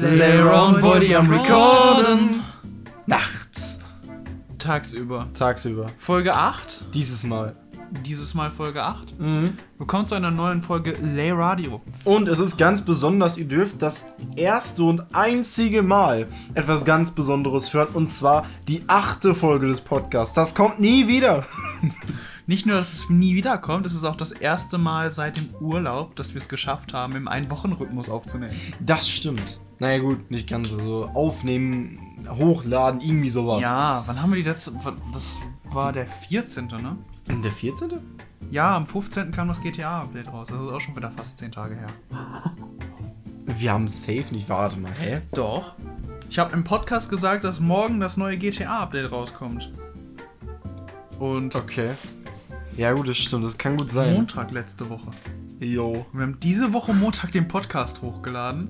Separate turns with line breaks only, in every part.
Later on wollte ich am Recorden. Nachts.
Tagsüber.
Tagsüber.
Folge 8.
Dieses Mal.
Dieses Mal Folge 8. Willkommen zu einer neuen Folge Lay Radio.
Und es ist ganz besonders, ihr dürft das erste und einzige Mal etwas ganz Besonderes hören. Und zwar die achte Folge des Podcasts. Das kommt nie wieder.
Nicht nur, dass es nie wiederkommt, es ist auch das erste Mal seit dem Urlaub, dass wir es geschafft haben, im Ein-Wochen-Rhythmus aufzunehmen.
Das stimmt. Naja, gut, nicht ganz so. Aufnehmen, hochladen, irgendwie sowas.
Ja, wann haben wir die letzte. Das war der 14. ne?
Und Der 14.?
Ja, am 15. kam das GTA-Update raus. Das ist auch schon wieder fast 10 Tage her.
Wir haben safe nicht. Warte mal. Hä?
Doch. Ich habe im Podcast gesagt, dass morgen das neue GTA-Update rauskommt. Und
Okay. Ja, gut, das stimmt. Das kann gut sein.
Montag letzte Woche.
Jo.
Wir haben diese Woche Montag den Podcast hochgeladen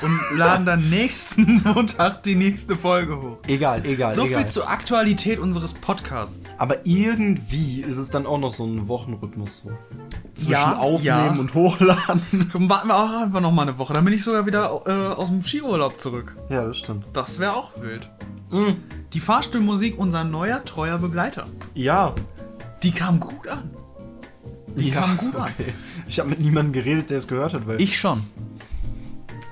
und laden dann nächsten Montag die nächste Folge hoch.
Egal, egal.
So
egal.
viel zur Aktualität unseres Podcasts.
Aber irgendwie ist es dann auch noch so ein Wochenrhythmus so. Zwischen
Ja,
Aufnehmen
ja.
und Hochladen.
Dann warten wir auch einfach nochmal eine Woche. Dann bin ich sogar wieder äh, aus dem Skiurlaub zurück.
Ja, das stimmt.
Das wäre auch wild.
Mhm.
Die Fahrstuhlmusik, unser neuer treuer Begleiter.
Ja.
Die kam gut an.
Die
kamen gut an.
Ich habe mit niemandem geredet, der es gehört hat, weil.
Ich schon.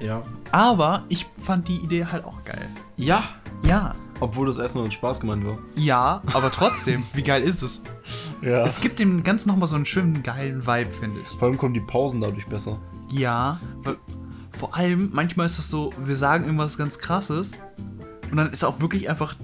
Ja.
Aber ich fand die Idee halt auch geil.
Ja.
Ja.
Obwohl das erstmal mit Spaß gemeint war.
Ja, aber trotzdem, wie geil ist es?
Ja.
Es gibt dem Ganzen nochmal so einen schönen, geilen Vibe, finde ich.
Vor allem kommen die Pausen dadurch besser.
Ja, weil vor allem manchmal ist das so, wir sagen irgendwas ganz krasses und dann ist auch wirklich einfach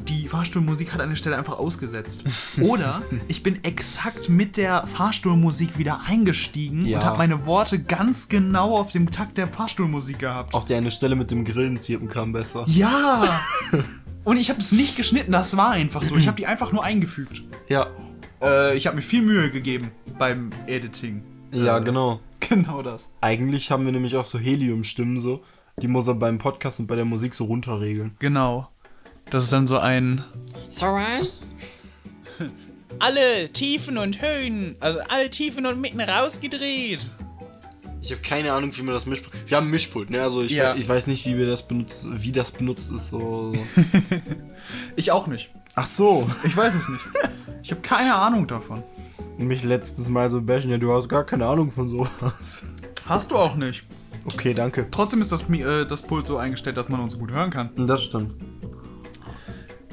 die Fahrstuhlmusik hat an der Stelle einfach ausgesetzt. Oder ich bin exakt mit der Fahrstuhlmusik wieder eingestiegen
Ja.
und habe meine Worte ganz genau auf dem Takt der Fahrstuhlmusik gehabt.
Auch die eine Stelle mit dem Grillenzirpen kam besser.
Ja! und ich habe es nicht geschnitten, das war einfach so. Ich habe die einfach nur eingefügt.
Ja. Oh.
Äh, ich habe mir viel Mühe gegeben beim Editing.
Ja,
äh,
genau.
Genau das.
Eigentlich haben wir nämlich auch so Helium-Stimmen so. Die muss er beim Podcast und bei der Musik so runterregeln.
Genau. Das ist dann so ein
Sorry? Alle Tiefen und Höhen, also alle Tiefen und Mitten rausgedreht.
Ich habe keine Ahnung, wie man das Mischpult. Wir haben ein Mischpult, ne? Also ich,
Ja.
we- ich weiß nicht, wie wir das benutzt, wie das benutzt ist. So. so.
Ich auch nicht.
Ach so.
Ich weiß es nicht. Ich habe keine Ahnung davon.
Mich letztes Mal so bashen, ja, du hast gar keine Ahnung von sowas.
Hast du auch nicht.
Okay, danke.
Trotzdem ist das, Mi- äh, das Pult so eingestellt, dass man uns gut hören kann.
Das stimmt.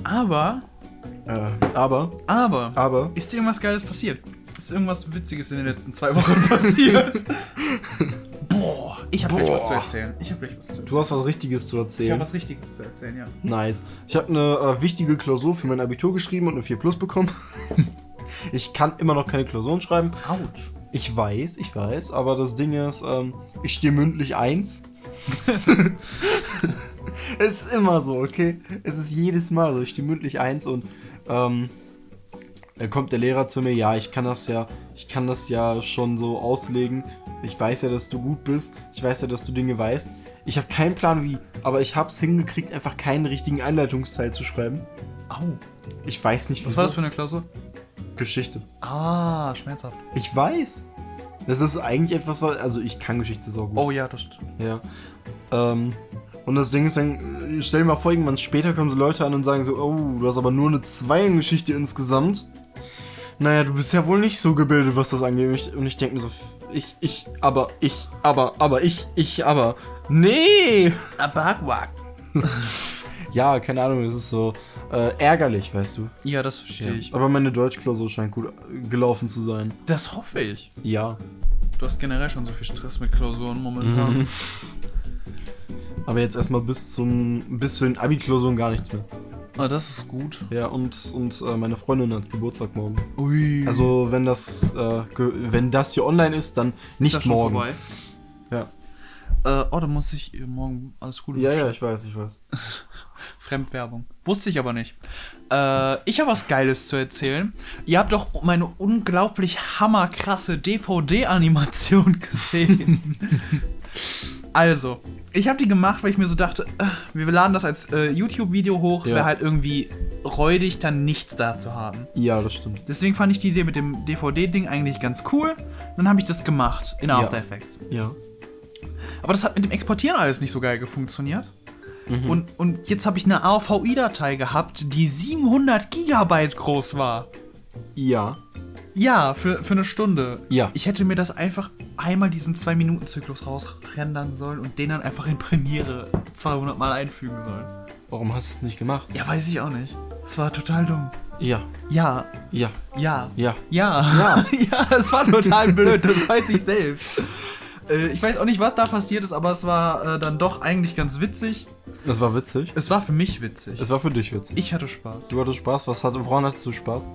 Aber,
Äh, aber,
aber,
aber.
ist dir irgendwas Geiles passiert? Ist irgendwas Witziges in den letzten zwei Wochen passiert? Boah, ich habe gleich was zu
Boah.
erzählen. Ich habe gleich was zu erzählen.
Du hast was Richtiges zu
ich
erzählen.
habe was Richtiges zu erzählen, ja.
Nice. Ich habe eine äh, wichtige Klausur für mein Abitur geschrieben und eine 4 Plus bekommen. ich kann immer noch keine Klausuren schreiben.
Autsch.
Ich weiß, ich weiß, aber das Ding ist, ähm, ich stehe mündlich 1. es ist immer so, okay? Es ist jedes Mal so, ich stehe mündlich 1 und ähm, dann kommt der Lehrer zu mir, ja, ich kann das ja, ich kann das ja schon so auslegen. Ich weiß ja, dass du gut bist. Ich weiß ja, dass du Dinge weißt. Ich habe keinen Plan wie, aber ich hab's hingekriegt, einfach keinen richtigen Einleitungsteil zu schreiben.
Au.
Ich weiß nicht,
Was war das für eine Klausur?
Geschichte.
Ah, schmerzhaft.
Ich weiß. Das ist eigentlich etwas, was. Also ich kann Geschichte so gut.
Oh ja, das stimmt.
Ja. Ähm, und das Ding ist dann, äh, stell dir mal vor, irgendwann später kommen so Leute an und sagen so, oh, du hast aber nur eine 2 in Geschichte insgesamt. Naja, du bist ja wohl nicht so gebildet, was das angeht. Und ich, und ich denke mir so, f- ich, ich, aber, ich, aber, aber, ich, ich, aber. Nee!
Ah, Abagwag.
Ja, keine Ahnung, das ist so äh, ärgerlich, weißt du.
Ja, das verstehe ich.
Aber meine Deutschklausur scheint gut äh, gelaufen zu sein.
Das hoffe ich.
Ja.
Du hast generell schon so viel Stress mit Klausuren momentan.
Mhm. Aber jetzt erstmal bis zum bis zu den Abi-Klausuren gar nichts mehr.
Ah, das ist gut.
Ja, und, und äh, meine Freundin hat Geburtstag morgen.
Ui.
Also wenn das, äh, ge- wenn das hier online ist, dann nicht morgen. Ja.
Äh, oh, dann muss ich ihr morgen alles Gute
ja, ja, ich weiß, ich weiß.
Fremdwerbung. Wusste ich aber nicht. Äh, ich habe was Geiles zu erzählen. Ihr habt doch meine unglaublich hammerkrasse DVD-Animation gesehen. also, ich habe die gemacht, weil ich mir so dachte, äh, wir laden das als äh, YouTube-Video hoch. Es
Ja.
wäre halt irgendwie räudig, dann nichts da zu haben.
Ja, das stimmt.
Deswegen fand ich die Idee mit dem DVD-Ding eigentlich ganz cool. Dann habe ich das gemacht in After Effects.
Ja.
Aber das hat mit dem Exportieren alles nicht so geil funktioniert.
Mhm.
Und, und jetzt habe ich eine AVI-Datei gehabt, die 700 Gigabyte groß war.
Ja.
Ja, für, für eine Stunde.
Ja.
Ich hätte mir das einfach einmal diesen 2-Minuten-Zyklus rausrendern sollen und den dann einfach in Premiere 200 Mal einfügen sollen.
Warum hast du es nicht gemacht?
Ja, weiß ich auch nicht. Es war total dumm.
Ja.
Ja,
Ja.
ja.
Ja.
Ja.
Ja.
ja, es war total blöd, das weiß ich selbst. Äh, Ich weiß auch nicht, was da passiert ist, aber es war äh, dann doch eigentlich ganz witzig.
Das war witzig.
Es war für mich witzig.
Es war für dich witzig.
Ich hatte Spaß.
Du hattest Spaß. Was hat, woran hattest du Spaß?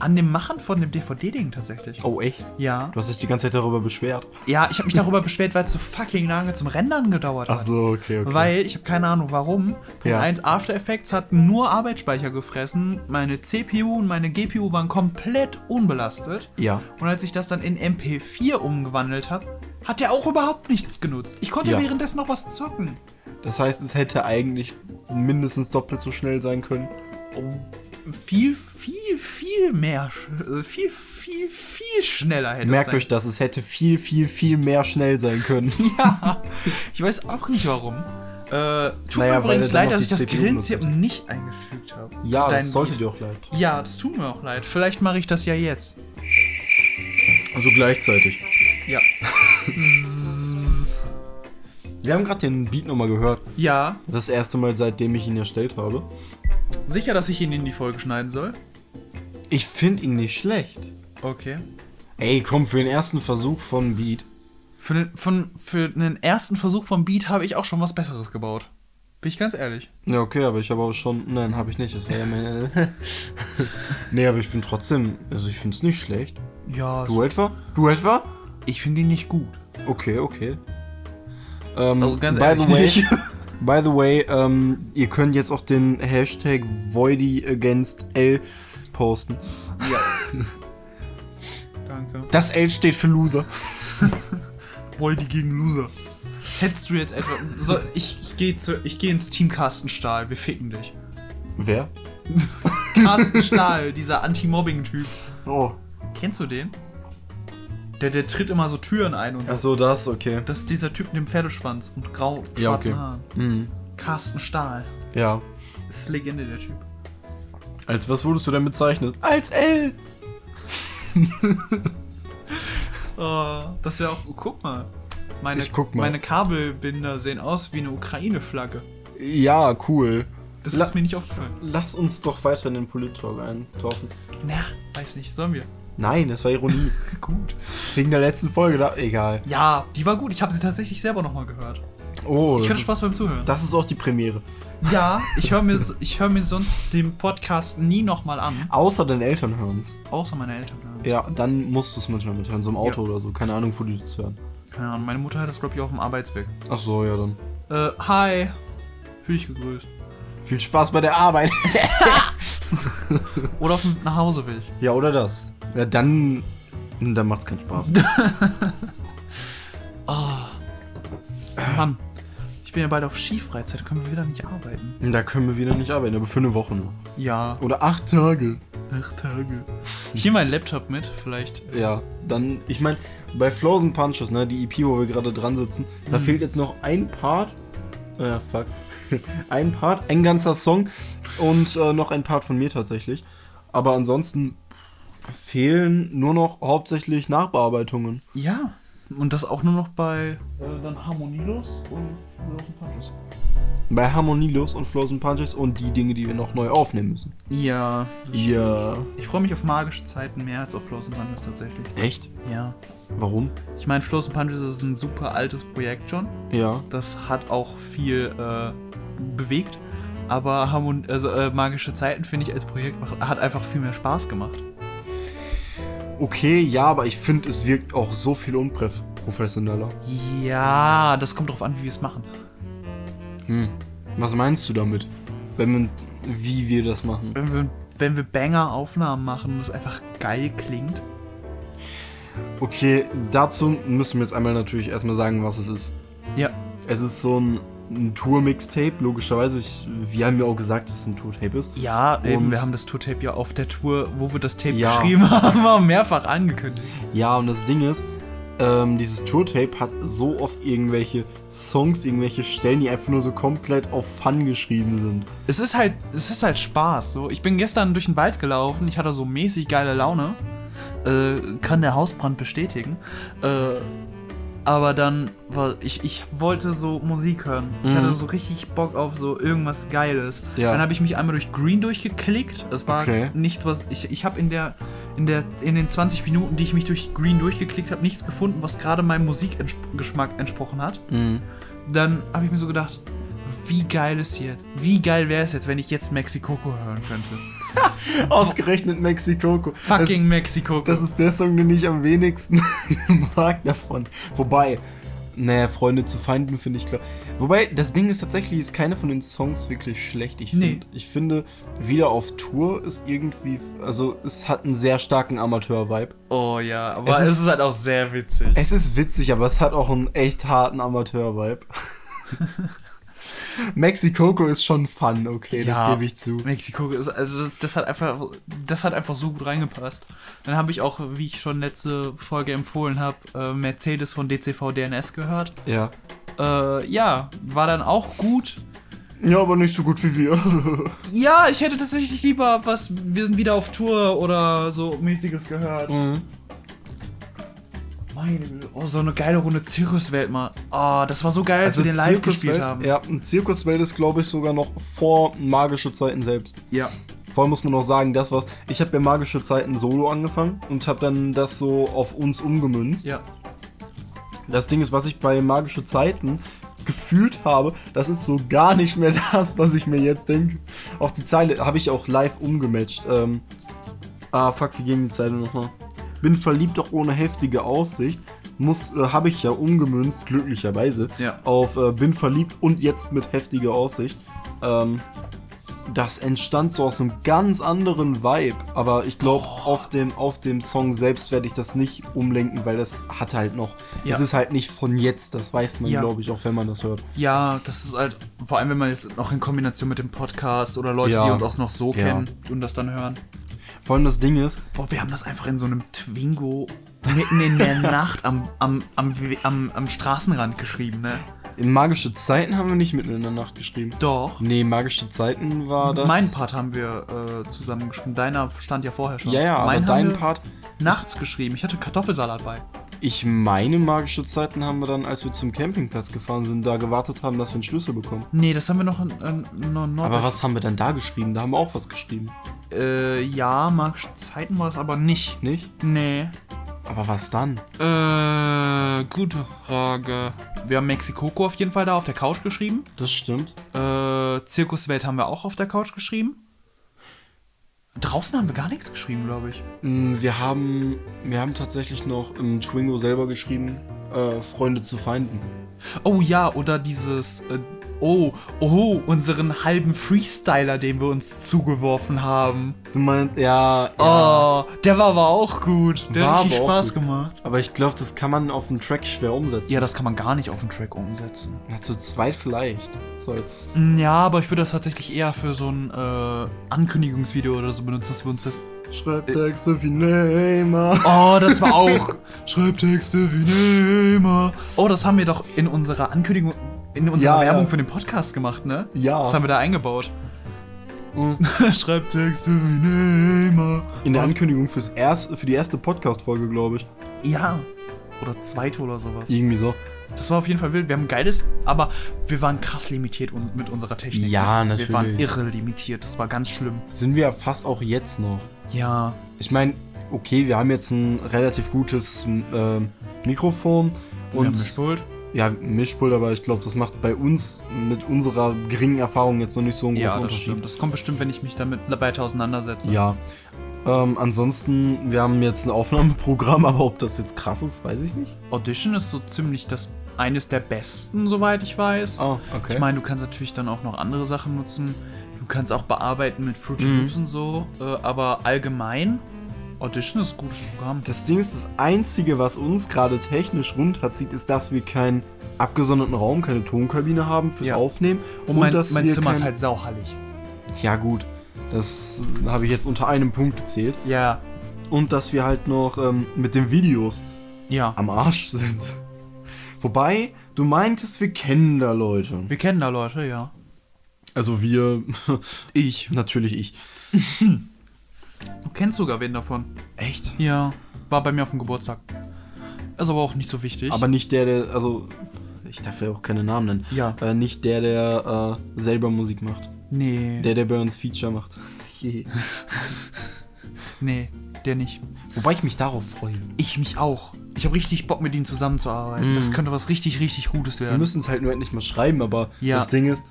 An dem Machen von dem DVD-Ding tatsächlich.
Oh, echt?
Ja.
Du hast dich die ganze Zeit darüber beschwert.
Ja, ich habe mich darüber beschwert, weil es so fucking lange zum Rendern gedauert hat.
Ach so, okay, okay.
Weil, ich habe keine Ahnung warum, Punkt
Ja.
1, After Effects hat nur Arbeitsspeicher gefressen, meine CPU und meine GPU waren komplett unbelastet.
Ja.
Und als ich das dann in MP4 umgewandelt habe, hat der auch überhaupt nichts genutzt. Ich konnte
Ja.
währenddessen noch was zocken.
Das heißt, es hätte eigentlich mindestens doppelt so schnell sein können.
Oh, viel, viel, viel mehr, sch- äh, viel, viel, viel schneller hätte
Merkt
sein
euch das, es hätte viel, viel, viel mehr schnell sein können.
Ja, ich weiß auch nicht warum. Äh,
Naja,
tut mir
weil
übrigens
er dann noch
leid, dass
die
ich das
CPU
Grillenzirpen
benutzt
nicht eingefügt habe.
ja,
Dein
das sollte
Lied.
dir auch leid.
Ja, das tut mir auch leid. Vielleicht mache ich das ja jetzt.
Also gleichzeitig.
Ja.
Wir haben gerade den Beat nochmal gehört.
ja,
Das erste Mal, seitdem ich ihn erstellt habe.
sicher, dass ich ihn in die Folge schneiden soll.
Ich finde ihn nicht schlecht.
Okay.
Ey, komm, für den ersten Versuch von Beat.
Für den, von, für den ersten Versuch vom Beat habe ich auch schon was Besseres gebaut. Bin ich ganz ehrlich.
Ja, okay, aber ich habe auch schon. Nein, habe ich nicht. Das war ja meine. nee, aber ich bin trotzdem. Also, ich finde es nicht schlecht.
Ja,
Du etwa? Du etwa?
ich finde ihn nicht gut.
Okay, okay. Ähm,
Also ganz
by
ehrlich
the way,
nicht.
By the way, ähm, ihr könnt jetzt auch den Hashtag Voidy against L posten.
Danke.
Das L steht für Loser.
Voldy gegen Loser. Hättest du jetzt etwa. So, ich ich gehe geh ins Team Carsten Stahl. Wir ficken dich.
Wer?
Carsten Stahl, dieser Anti-Mobbing-Typ.
Oh.
Kennst du den? Der, der tritt immer so Türen ein und so.
Achso, das, okay.
Das ist dieser Typ mit dem Pferdeschwanz und grau-schwarzen
Ja, okay.
Haaren.
Mhm.
Carsten Stahl.
Ja.
Das ist Legende, der Typ.
Als was wurdest du denn bezeichnet? Als L!
Oh, das wäre auch. Guck mal. Meine,
Ich guck mal.
meine Kabelbinder sehen aus wie eine Ukraine-Flagge.
Ja, cool.
Das
La-
ist mir nicht aufgefallen.
Lass uns doch weiter in den Polit-Talk eintauchen.
Na, weiß nicht. Sollen wir?
Nein, das war Ironie.
Gut.
Wegen der letzten Folge, da. Egal.
Ja, die war gut. Ich habe sie tatsächlich selber nochmal gehört.
Oh,
Ich
das
hatte Spaß
ist-
beim Zuhören.
Das ist auch die Premiere.
Ja, ich höre mir, so- ich hör mir sonst den Podcast nie nochmal an.
Außer deine Eltern hören's.
Außer meine Eltern.
Ja, dann musst du es manchmal mithören. So im Auto oder so. Keine Ahnung, wo die das hören.
Keine Ahnung, meine Mutter hat das, glaube ich, auf dem Arbeitsweg.
Ach so, ja dann.
Äh, hi. Fühl dich gegrüßt.
Viel Spaß bei der Arbeit.
Oder auf dem Nachhauseweg.
ja, oder das. Ja, dann, dann macht's keinen Spaß. Äh.
Mann, ich bin ja bald auf Skifreizeit, können wir wieder nicht arbeiten.
da können wir wieder nicht arbeiten, aber für eine Woche nur.
Ja.
Oder acht Tage.
Acht Tage. Ich nehme meinen Laptop mit, vielleicht.
Ja, dann, ich meine, bei Flows and Punches, ne, die EP, wo wir gerade dran sitzen, da fehlt jetzt noch ein Part. Äh, fuck. ein Part, ein ganzer Song und äh, noch ein Part von mir tatsächlich. Aber ansonsten fehlen nur noch hauptsächlich Nachbearbeitungen.
Ja. Und das auch nur noch bei äh, dann Harmonielos und Los Punches.
Bei Harmonielos und Flows and Punches und die Dinge, die wir noch neu aufnehmen müssen.
Ja.
Ja.
Ich freue mich auf magische Zeiten mehr als auf Flows and Punches tatsächlich.
Echt?
Ja.
Warum?
Ich meine, Flows and Punches ist ein super altes Projekt schon.
Ja.
Das hat auch viel äh, bewegt. Aber Harmon also, äh, Magische Zeiten, finde ich, als Projekt macht, hat einfach viel mehr Spaß gemacht.
Okay, ja, aber ich finde, es wirkt auch so viel unprofessioneller.
Ja, das kommt drauf an, wie wir es machen.
Hm. Was meinst du damit? Wenn man, wie wir das machen?
Wenn wir, wenn wir Banger-Aufnahmen machen und es einfach geil klingt.
Okay, dazu müssen wir jetzt einmal natürlich erstmal sagen, was es ist.
Ja.
Es ist so ein, ein Tour-Mixtape, logischerweise. Ich, wir haben ja auch gesagt, dass es ein Tour-Tape ist.
Ja, eben,
Und-
wir haben das Tour-Tape ja auf der Tour, wo wir das Tape
Ja.
geschrieben haben, mehrfach angekündigt.
Ja, und das Ding ist, ähm, dieses Tourtape hat so oft irgendwelche Songs, irgendwelche Stellen, die einfach nur so komplett auf Fun geschrieben sind.
Es ist halt, es ist halt Spaß. So, ich bin gestern durch den Wald gelaufen. Ich hatte so mäßig geile Laune. Äh, kann der Hausbrand bestätigen. Äh, aber dann war ich, ich wollte so Musik hören. Ich hatte so richtig Bock auf so irgendwas Geiles.
Mhm. Ja.
Dann habe ich mich einmal durch Green durchgeklickt. Es war
Okay.
nichts, was ich, ich habe in der, in der, in den 20 Minuten, die ich mich durch Green durchgeklickt habe, nichts gefunden, was gerade meinem Musikgeschmack entsprochen hat
Mhm.
dann habe ich mir so gedacht, wie geil ist jetzt? Wie geil wäre es jetzt, wenn ich jetzt Mexikoko hören könnte?
Ausgerechnet Mexikoko.
Fucking Mexikoko.
Das ist der Song, den ich am wenigsten mag davon. Wobei, naja, Freunde zu Feinden finde ich klar. Wobei, das Ding ist tatsächlich, ist keine von den Songs wirklich schlecht. Ich, find,
Nee.
ich finde, wieder auf Tour ist irgendwie, also es hat einen sehr starken Amateur-Vibe.
oh ja, aber
Es
es
ist-
ist, halt auch sehr witzig.
Es ist witzig, aber es hat auch einen echt harten Amateur-Vibe. Mexikoko ist schon fun, okay, das
Ja.
gebe ich zu.
Mexikoko ist, also das, das hat einfach, das hat einfach so gut reingepasst. Dann habe ich auch, wie ich schon letzte Folge empfohlen habe, äh, Mercedes von DCV DNS gehört.
Ja.
Äh, ja, war dann auch gut.
Ja, aber nicht so gut wie wir.
Ja, ich hätte tatsächlich lieber was, wir sind wieder auf Tour oder so mäßiges gehört.
Mhm.
Meine Güte, oh, so eine geile Runde Zirkuswelt mal. Oh, das war so geil, als wir den live gespielt
Also Zirkuswelt-
haben.
Ja, und Zirkuswelt ist, glaube ich, sogar noch vor magische Zeiten selbst.
ja.
Vor allem muss man noch sagen, das was. Ich habe bei magische Zeiten solo angefangen und habe dann das so auf uns umgemünzt.
Ja.
Das Ding ist, was ich bei magische Zeiten gefühlt habe, das ist so gar nicht mehr das, was ich mir jetzt denke. Auch die Zeile habe ich auch live umgematcht. Ähm, ah, fuck, wie ging die Zeile nochmal? Bin verliebt, doch ohne heftige Aussicht. Muss, äh, habe ich ja umgemünzt, glücklicherweise,
Ja.
auf äh, bin verliebt und jetzt mit heftiger Aussicht. Ähm, das entstand so aus einem ganz anderen Vibe, aber ich glaube, auf, dem, auf dem Song selbst werde ich das nicht umlenken, weil das hat halt noch.
Ja.
Es ist halt nicht von jetzt, das weiß man,
Ja.
glaube ich, auch wenn man das hört.
Ja, das ist halt, vor allem wenn man jetzt noch in Kombination mit dem Podcast oder Leute,
Ja.
die uns auch noch so
Ja.
kennen und das dann hören.
Vor allem das Ding ist,
Boah, wir haben das einfach in so einem Twingo mitten in der Nacht am, am, am, We- am, am Straßenrand geschrieben, ne?
in magische Zeiten haben wir nicht mitten in der Nacht geschrieben.
Doch.
Nee, magische Zeiten war das.
Mein Part haben wir äh, zusammengeschrieben. Deiner stand ja vorher schon.
Ja, ja, aber
Meinen haben
deinen
wir
Part.
Nachts geschrieben. Ich hatte Kartoffelsalat bei.
Ich meine, magische Zeiten haben wir dann, als wir zum Campingplatz gefahren sind, da gewartet haben, dass wir einen Schlüssel bekommen.
Nee, das haben wir noch in, in, in Nord
Aber was haben wir dann da geschrieben? Da haben wir auch was geschrieben,
Äh, ja, magische Zeiten war es aber nicht.
nicht?
Nee.
Aber was dann?
Äh, gute Frage. Wir haben Mexikoko auf jeden Fall da auf der Couch geschrieben.
Das stimmt.
Äh, Zirkuswelt haben wir auch auf der Couch geschrieben. Draußen haben wir gar nichts geschrieben, glaube ich.
Mm, Wir haben, wir haben tatsächlich noch im Twingo selber geschrieben, äh, Freunde zu Feinden.
Oh ja, oder dieses. Äh, oh, oh, unseren halben Freestyler, den wir uns zugeworfen haben.
Du meinst, ja.
Oh, der war aber auch gut. Der
War
hat richtig
aber auch
Spaß
gut.
gemacht.
Aber ich glaube, das kann man auf dem Track schwer umsetzen.
Ja, das kann man gar nicht auf den Track umsetzen.
Na, zu zweit vielleicht. So als.
Mm, Ja, aber ich würde das tatsächlich eher für so ein äh, Ankündigungsvideo oder so benutzen, dass wir uns das.
Schreibt Texte wie Neymar.
Oh, das war auch. Schreibtexte wie Neymar. Oh, das haben wir doch in unserer Ankündigung, in unserer
Ja,
Werbung
ja.
für den Podcast gemacht, ne?
Ja.
Das haben wir da eingebaut.
Mhm.
Schreibtexte wie Neymar.
In der Ankündigung fürs erst, für die erste Podcast-Folge, glaube ich.
Ja. Oder zweite oder sowas.
Irgendwie so.
Das war auf jeden Fall wild. Wir haben geiles, aber wir waren krass limitiert uns- mit unserer Technik.
Ja,
Wir waren
natürlich.
irre limitiert. Das war ganz schlimm.
Sind wir ja fast auch jetzt noch.
Ja,
Ich meine, okay, wir haben jetzt ein relativ gutes ähm, Mikrofon.
wir
Und
haben Mischpult.
Ja, Mischpult, aber ich glaube, das macht bei uns mit unserer geringen Erfahrung jetzt noch nicht so einen großen
Ja, das
Unterschied.
stimmt. Das kommt bestimmt, wenn ich mich damit weiter auseinandersetze.
Ja. Ähm, ansonsten, wir haben jetzt ein Aufnahmeprogramm, aber ob das jetzt krass ist, weiß ich nicht.
Audition ist so ziemlich das eines der besten, soweit ich weiß.
Ah, okay.
Ich meine, du kannst natürlich dann auch noch andere Sachen nutzen. Du kannst auch bearbeiten mit Fruity
Mhm.
Loops und so. Äh, aber allgemein, Audition ist ein gutes Programm.
das Ding ist, das Einzige, was uns gerade technisch runterzieht, ist, dass wir keinen abgesonderten Raum, keine Tonkabine haben fürs
Ja.
Aufnehmen.
Und mein,
dass
mein
wir
Zimmer ist
kein-
halt sauhallig.
Ja, gut. Das äh, habe ich jetzt unter einem Punkt gezählt.
Ja.
Und dass wir halt noch ähm, mit den Videos
Ja.
am Arsch sind. Wobei, du meintest, wir kennen da Leute.
Wir kennen da Leute, ja.
Also wir, ich, natürlich ich.
Du kennst sogar wen davon.
Echt?
Ja. War bei mir auf dem Geburtstag. Ist aber auch nicht so wichtig.
Aber nicht der, der, also, ich darf ja auch keine Namen nennen.
Ja.
Äh, nicht der, der äh, selber Musik macht.
nee.
Der, der bei uns Feature macht.
nee, der nicht.
Wobei ich mich darauf freue.
Ich mich auch. Ich habe richtig Bock, mit ihm zusammenzuarbeiten.
Mhm.
Das könnte was richtig, richtig Gutes
Wir
werden.
müssen es halt nur endlich mal schreiben, aber
Hm. Ja.
das Ding ist,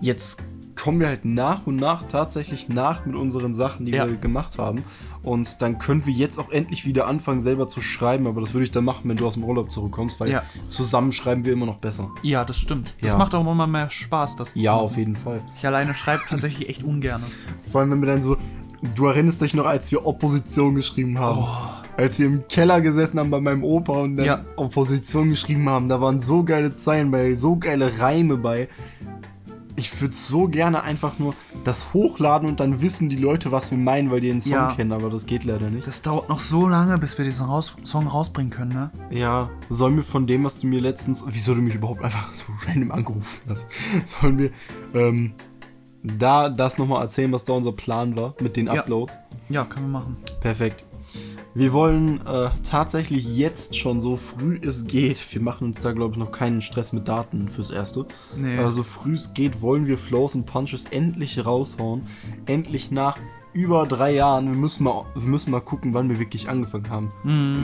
jetzt kommen wir halt nach und nach tatsächlich nach mit unseren Sachen, die
Ja.
wir gemacht haben. Und dann können wir jetzt auch endlich wieder anfangen, selber zu schreiben. Aber das würde ich dann machen, wenn du aus dem Urlaub zurückkommst, weil
Ja.
zusammen schreiben wir immer noch besser.
Ja, das stimmt. Das
Ja.
macht auch immer mehr Spaß, das zu
Ja,
machen.
auf jeden Fall.
Ich alleine schreibe tatsächlich echt ungern.
Vor allem, wenn wir dann so. Du erinnerst dich noch, als wir Opposition geschrieben haben. Als wir im Keller gesessen haben bei meinem Opa und dann
Oh. Ja.
Opposition geschrieben haben. Da waren so geile Zeilen bei, so geile Reime bei. Ich würde so gerne einfach nur das hochladen und dann wissen die Leute, was wir meinen, weil die den Song
Ja.
kennen, aber das geht leider nicht.
Das dauert noch so lange, bis wir diesen raus Song rausbringen können, ne?
Ja, sollen wir von dem, was du mir letztens, wieso du mich überhaupt einfach so random angerufen hast, sollen wir ähm, da das nochmal erzählen, was da unser Plan war mit den
Ja.
Uploads?
Ja, können wir machen.
Perfekt. Wir wollen äh, tatsächlich jetzt schon so früh es geht, wir machen uns da glaube ich noch keinen Stress mit Daten fürs Erste, Also
Nee.
aber so früh es geht wollen wir Flows und Punches endlich raushauen, endlich nach über drei Jahren, wir müssen mal, wir müssen mal gucken, wann wir wirklich angefangen haben,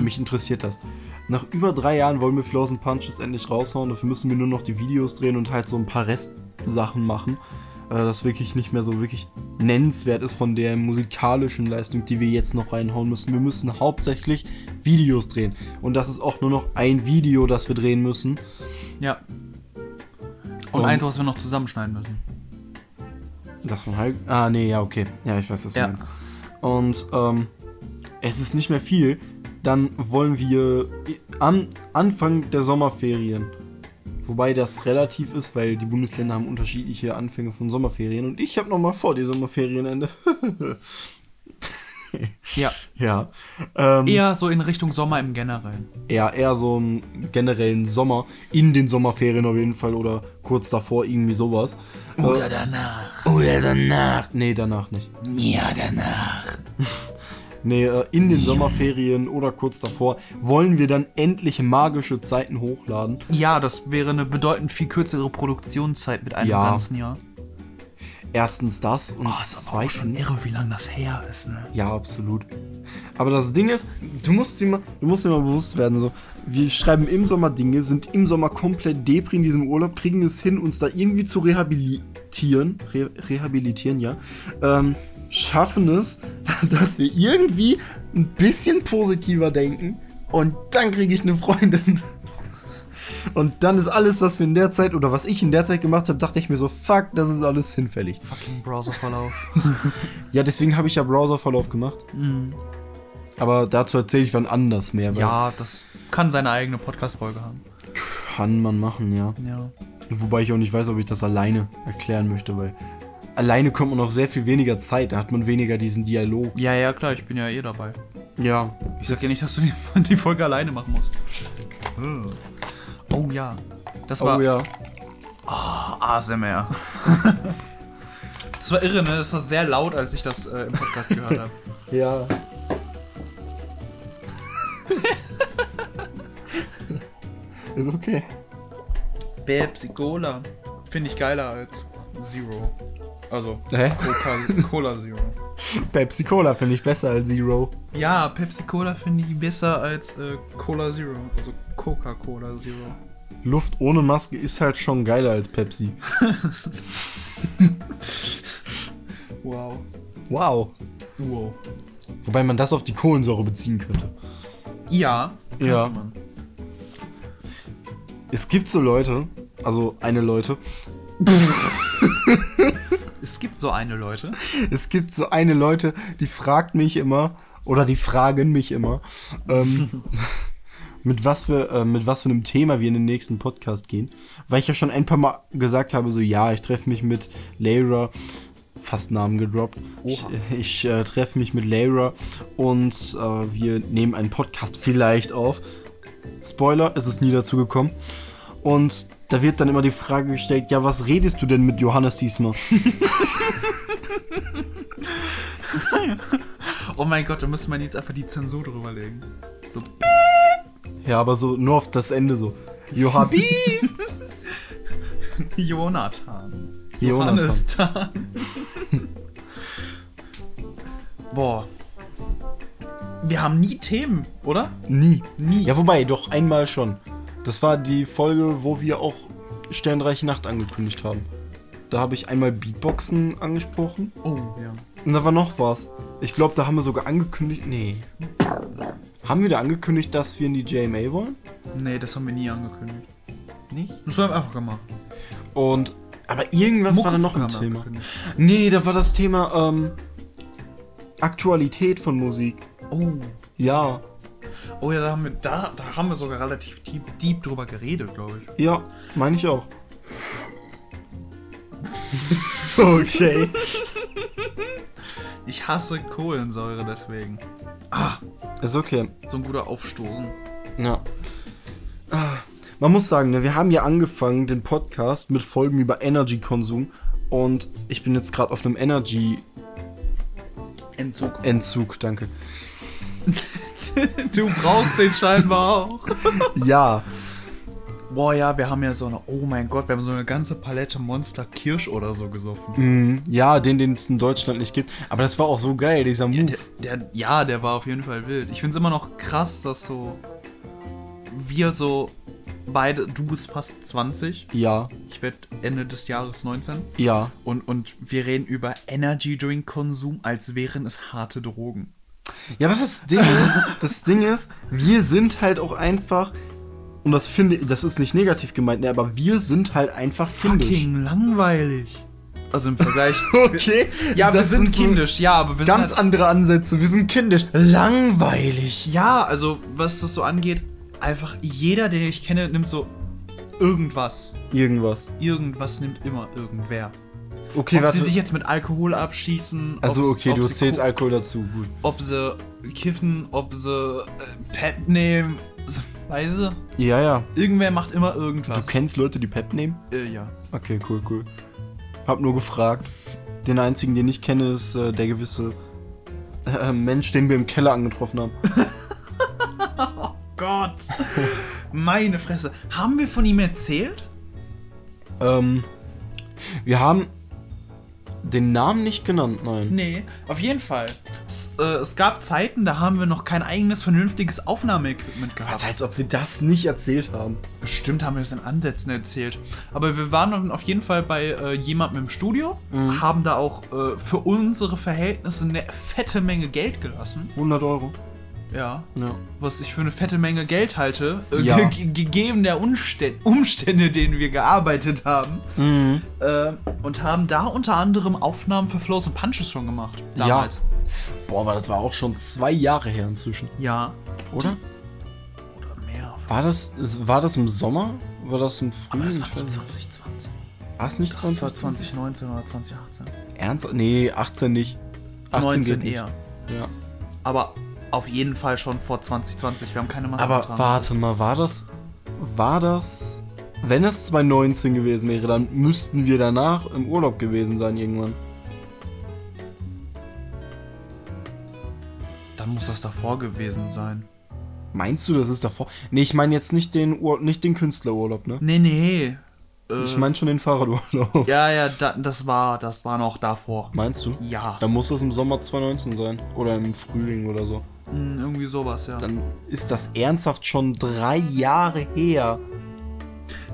mich interessiert das. Nach über drei Jahren wollen wir Flows und Punches endlich raushauen, dafür müssen wir nur noch die Videos drehen und halt so ein paar Restsachen machen äh, das wirklich nicht mehr so wirklich nennenswert ist von der musikalischen Leistung, die wir jetzt noch reinhauen müssen. Wir müssen hauptsächlich Videos drehen. Und das ist auch nur noch ein Video, das wir drehen müssen.
Ja. Und
Ähm,
eins, was wir noch zusammenschneiden müssen.
Das von Hulk. Ah, nee, ja, okay. Ja, ich weiß, was du
Ja.
meinst. Und ähm, es ist nicht mehr viel. Dann wollen wir am Anfang der Sommerferien. Wobei das relativ ist, weil die Bundesländer haben unterschiedliche Anfänge von Sommerferien. Und ich habe nochmal vor die Sommerferienende.
Ja.
ja. Ähm,
Eher so in Richtung Sommer im Generellen.
Ja, eher so einen generellen Sommer, in den Sommerferien auf jeden Fall oder kurz davor irgendwie sowas. Oder
danach.
oder danach. Nee, danach nicht.
Ja, danach.
Nee, äh, in den Sommerferien oder kurz davor wollen wir dann endlich magische Zeiten hochladen.
Ja, das wäre eine bedeutend viel kürzere Produktionszeit mit einem
Ja.
ganzen Jahr.
Erstens das
Oh,
und
auch schon
zweitens.
irre, wie lange das her ist, ne?
Ja, absolut. Aber das Ding ist, du musst dir mal, du musst dir mal bewusst werden, so, wir schreiben im Sommer Dinge, sind im Sommer komplett Depri in diesem Urlaub, kriegen es hin, uns da irgendwie zu rehabilitieren, re rehabilitieren, ja, ähm, schaffen es, dass wir irgendwie ein bisschen positiver denken und dann kriege ich eine Freundin. Und dann ist alles, was wir in der Zeit oder was ich in der Zeit gemacht habe, dachte ich mir so, fuck, das ist alles hinfällig.
Fucking Browserverlauf.
Ja, deswegen habe ich ja Browserverlauf gemacht. Aber dazu erzähle ich wann anders mehr. Weil
ja, das kann seine eigene Podcast-Folge haben.
Kann man machen, ja.
Ja.
Wobei ich auch nicht weiß, ob ich das alleine erklären möchte, weil alleine kommt man auf sehr viel weniger Zeit. Da hat man weniger diesen Dialog. Oh
Ja, ja, klar, ich bin ja eh dabei.
Ja.
Ich sag ja nicht, dass du die, die Folge alleine machen musst. Oh ja. Das
Oh
war
ja.
ASMR. das war irre, ne? Das war sehr laut, als ich das äh, im Podcast gehört habe.
Ja. Ist okay.
Pepsi Cola. Finde ich geiler als Zero. Also,
Hä?
Coca Cola Zero.
Pepsi Cola finde ich besser als Zero.
Ja, Pepsi Cola finde ich besser als äh, Cola Zero. Also Coca-Cola Zero.
Luft ohne Maske ist halt schon geiler als Pepsi.
Wow.
Wow.
Wow.
Wobei man das auf die Kohlensäure beziehen könnte.
Ja. könnte
Ja.
man.
Es gibt so Leute, also eine Leute,
Es gibt so eine Leute.
es gibt so eine Leute, die fragt mich immer, oder die fragen mich immer, ähm, mit, was für, äh, mit was für einem Thema wir in den nächsten Podcast gehen. Weil ich ja schon ein paar Mal gesagt habe, so ja, ich treffe mich mit Layra, fast Namen gedroppt, ich, äh, ich äh, treffe mich mit Layra und äh, wir nehmen einen Podcast vielleicht auf. Spoiler, es ist nie dazu gekommen. Und da wird dann immer die Frage gestellt, ja, was redest du denn mit Johannes diesmal?
Oh mein Gott, da müsste man jetzt einfach die Zensur drüberlegen. So,
ja, aber so nur auf das Ende so. Johabi!
Jonathan.
Johannes.
Jonathan. Boah. Wir haben nie Themen, oder?
Nie.
Nie.
Ja, wobei, doch einmal schon. Das war die Folge, wo wir auch Sternreiche Nacht angekündigt haben. Da habe ich einmal Beatboxen angesprochen.
Oh, ja.
Und da war noch was. Ich glaube, da haben wir sogar angekündigt. Nee. Haben wir da angekündigt, dass wir in die JMA wollen?
Nee, das haben wir nie angekündigt.
Nicht?
Das haben wir einfach gemacht.
Und. Aber irgendwas war da noch ein
Muckefuck haben wir
Thema.
angekündigt.
Nee, da war das Thema, ähm. Aktualität von Musik.
Oh.
Ja.
Oh ja, da haben wir, da, da haben wir sogar relativ deep, deep drüber geredet, glaube ich.
Ja, meine ich auch. okay.
Ich hasse Kohlensäure deswegen.
Ist okay.
So ein guter Aufstoßen.
Ja. Ah, Man muss sagen, ne, wir haben ja angefangen, den Podcast mit Folgen über Energy-Konsum. Und ich bin jetzt gerade auf einem Energy-Entzug,
Entzug.
danke.
Du brauchst den scheinbar auch.
Ja,
Boah, ja, wir haben ja so eine, oh mein Gott, wir haben so eine ganze Palette Monster Kirsch oder so gesoffen.
mhm, ja, den, den es in Deutschland nicht gibt. Aber das war auch so geil, dieser Move.
Der, der, ja, der war auf jeden Fall wild. Ich find's immer noch krass, dass so wir so beide, du bist fast 20,
Ja,
ich werd Ende des Jahres 19
ja.
und, und wir reden über Energy Drink Konsum, als wären es harte Drogen.
Ja, aber das Ding ist, das Ding ist, wir sind halt auch einfach, und das finde das ist nicht negativ gemeint, ne, aber wir sind halt einfach kindisch.
Fucking langweilig. Also im Vergleich.
Okay.
ja, wir
das
sind,
so
kindisch, ja, aber wir
Ganz
sind halt,
andere Ansätze, wir sind kindisch. Langweilig.
Ja, also was das so angeht, einfach jeder, den ich kenne, nimmt so irgendwas.
Irgendwas.
Irgendwas nimmt immer irgendwer.
Okay,
ob sie sich
warte.
jetzt mit Alkohol abschießen.
Also,
ob,
okay,
ob
du
sie
zählst
ko-
Alkohol dazu, gut.
Ob sie kiffen, ob sie äh, Pet nehmen. so, Weißt du?
Ja, ja.
Irgendwer macht immer irgendwas.
Du kennst Leute, die Pep nehmen?
äh, ja.
Okay, cool, cool. Hab nur gefragt. Den einzigen, den ich kenne, ist äh, der gewisse äh, Mensch, den wir im Keller angetroffen haben.
Gott. Meine Fresse. Haben wir von ihm erzählt?
Ähm, wir haben den Namen nicht genannt, nein.
Nee, auf jeden Fall. Es, äh, es gab Zeiten, da haben wir noch kein eigenes vernünftiges Aufnahmeequipment gehabt.
als ob wir das nicht erzählt haben.
Bestimmt haben wir das in Ansätzen erzählt. Aber wir waren dann auf jeden Fall bei äh, jemandem im Studio,
Mhm.
haben da auch äh, für unsere Verhältnisse eine fette Menge Geld gelassen.
100 Euro.
Ja.
Ja.
Was ich für eine fette Menge Geld halte, äh,
Ja.
ge ge- gegeben der Umstände, Umstände, denen wir gearbeitet haben.
Mhm.
Äh, und haben da unter anderem Aufnahmen für Flows and Punches schon gemacht. Damals.
Boah, aber das war auch schon zwei Jahre her inzwischen.
Ja.
Oder?
Oder mehr.
War das, es- war das im Sommer? War das im Frühling?
Aber das war
Ich
nicht
weiß nicht.
2020.
War es nicht
Das war
20?
2019 oder 2018.
Ernst? Nee, 18 nicht. 18
19
geht nicht.
eher.
Ja.
Aber auf jeden Fall schon vor 2020. Wir haben keine Maske
Aber
getragen.
warte mal, war das. War das. Wenn es 2019 gewesen wäre, dann müssten wir danach im Urlaub gewesen sein irgendwann.
Dann muss das davor gewesen sein.
Meinst du, das ist davor? Nee, ich meine jetzt nicht den, Ur nicht den Künstlerurlaub, ne?
Nee, nee. Äh,
Ich meine schon den Fahrradurlaub.
Ja, ja, da, das war, das war noch davor.
Meinst du?
Ja.
Dann muss das im Sommer 2019 sein. Oder im Frühling oder so.
Mm, irgendwie sowas, ja.
Dann ist das ernsthaft schon drei Jahre her.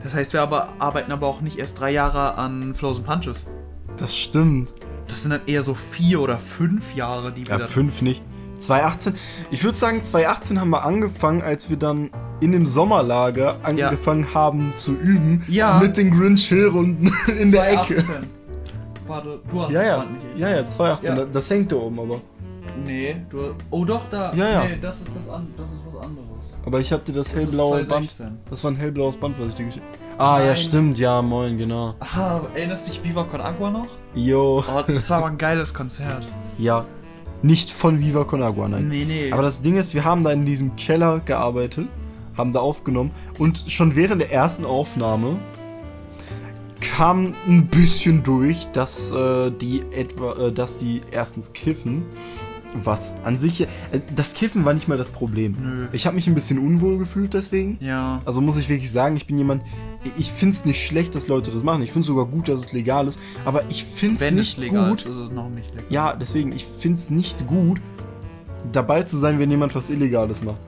Das heißt, wir aber arbeiten aber auch nicht erst drei Jahre an Flows and Punches.
Das stimmt.
Das sind dann eher so vier oder fünf Jahre, die wir
Ja,
da.
fünf nicht. 2018. Ich würde sagen, 2018 haben wir angefangen, als wir dann in dem Sommerlager angefangen haben zu üben.
Ja.
Mit den Grinch-Hill-Runden in der Ecke.
2018. Warte, du hast
Ja,
das
ja.
Band nicht.
Ja, ja, 2018.
Ja.
Da- Das hängt da oben aber.
Nee, du. Oh doch, da.
Ja, ja.
Nee, das ist das an, das ist was anderes.
Aber ich hab dir das,
Das ist
hellblaue Band.
2016.
Das war ein hellblaues Band, was ich dir geschickt habe. Ah, ja,
Nein.
stimmt. Ja, moin, genau.
Ah, erinnerst dich Viva Con Agua noch?
Jo.
Oh, das war aber ein geiles Konzert.
Ja. Nicht von Viva Con Agua, nein.
Nee, nee.
Aber das Ding ist, wir haben da in diesem Keller gearbeitet, haben da aufgenommen. Und schon während der ersten Aufnahme kam ein bisschen durch, dass äh, die etwa, äh, dass die erstens kiffen, was an sich, äh, das Kiffen war nicht mal das Problem.
Nö.
Ich habe mich ein bisschen unwohl gefühlt deswegen.
Ja.
Also muss ich wirklich sagen, ich bin jemand, ich find's nicht schlecht, dass Leute das machen. Ich find's sogar gut, dass es legal ist. Aber ich find's
Wenn
nicht
es legal
gut.
ist, ist es noch nicht legal.
Ja, deswegen, ich find's nicht gut, dabei zu sein, wenn jemand was Illegales macht.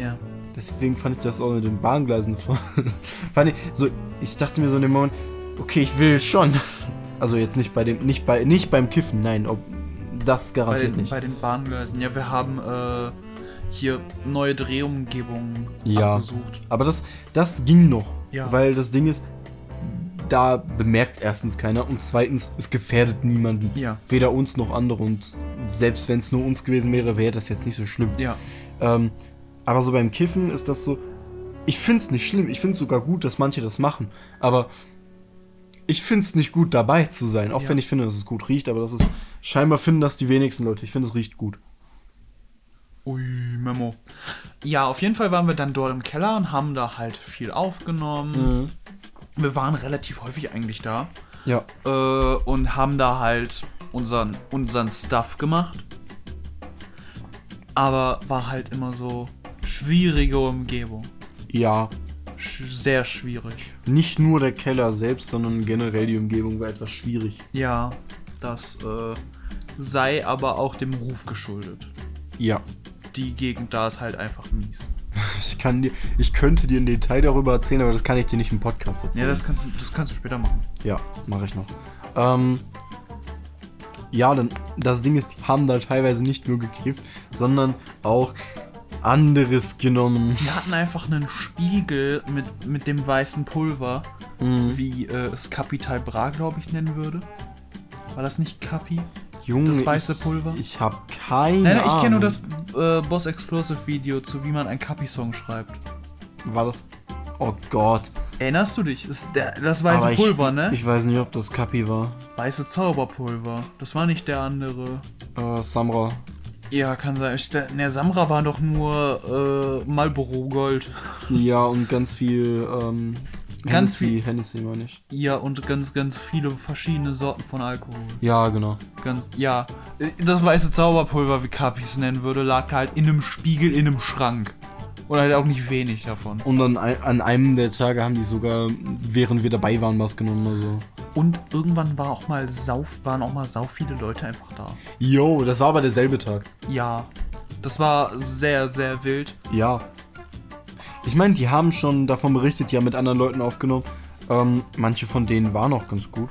Ja.
Deswegen fand ich das auch mit den Bahngleisen voll. fand ich, so, ich dachte mir so in dem Moment, okay, ich will schon. Also jetzt nicht bei dem, nicht bei, nicht beim Kiffen, nein, ob, das
Bei,
garantiert
den,
nicht.
bei den Bahngleisen. Ja, wir haben äh, hier neue Drehumgebungen
Ja.
abgesucht.
Aber das, das ging noch.
Ja.
Weil das Ding ist, da bemerkt erstens keiner und zweitens, es gefährdet niemanden.
Ja.
Weder uns noch andere. Und selbst wenn es nur uns gewesen wäre, wäre das jetzt nicht so schlimm.
Ja.
Ähm, aber so beim Kiffen ist das so. Ich find's nicht schlimm. Ich find's sogar gut, dass manche das machen. Aber ich find's nicht gut, dabei zu sein. Auch
Ja.
wenn ich finde, dass es gut riecht. Aber das ist. Scheinbar finden das die wenigsten Leute. Ich finde, es riecht gut.
Ui, Memo. Ja, auf jeden Fall waren wir dann dort im Keller und haben da halt viel
Mhm.
aufgenommen. Wir waren relativ häufig eigentlich da
Ja.
äh, und haben da halt unseren, unseren Stuff gemacht. Aber war halt immer so schwierige Umgebung.
Ja.
Sch sehr schwierig.
Nicht nur der Keller selbst, sondern generell die Umgebung war etwas schwierig.
Ja, das äh, sei aber auch dem Ruf geschuldet.
Ja.
Die Gegend da ist halt einfach mies.
Ich kann dir. Ich könnte dir ein Detail darüber erzählen, aber das kann ich dir nicht im Podcast erzählen.
Ja, das kannst, du- das kannst du später machen.
Ja, mache ich noch. Ähm, ja, dann das Ding ist, die haben da teilweise nicht nur gekifft, sondern auch anderes genommen.
Wir hatten einfach einen Spiegel mit, mit dem weißen Pulver, wie äh, es Capital Bra, glaube ich, nennen würde. War das nicht Capi?
Junge,
Das weiße
ich,
Pulver?
Ich habe keine
Nein, nein,
Ahnung.
ich kenne nur das äh, Boss Explosive Video zu, wie man einen Capi-Song schreibt.
War das? Oh Gott.
Erinnerst du dich? Das, der, das weiße
Aber
Pulver,
ich,
ne?
Ich weiß nicht, ob das Kapi war.
weiße Zauberpulver. Das war nicht der andere.
Äh, Samra.
Ja, kann sein. Ich, der, der Samra war doch nur äh, Marlboro Gold.
Ja, und ganz viel. Ähm,
Ganz
Hennessy, Hennessy war nicht.
Ja, und ganz, ganz viele verschiedene Sorten von Alkohol.
Ja, genau.
Ganz, ja. Äh, Das weiße Zauberpulver, wie Kapi es nennen würde, lag halt in einem Spiegel, in einem Schrank. Und halt auch nicht wenig davon.
Und an, ein- an einem der Tage haben die sogar, während wir dabei waren, was genommen. Also.
Und irgendwann war auch mal sauf, waren auch mal sau viele Leute einfach da.
Yo, das war aber derselbe Tag.
Ja. Das war sehr, sehr wild.
Ja. Ich meine, die haben schon davon berichtet, die haben mit anderen Leuten aufgenommen. Ähm, manche von denen waren auch ganz gut.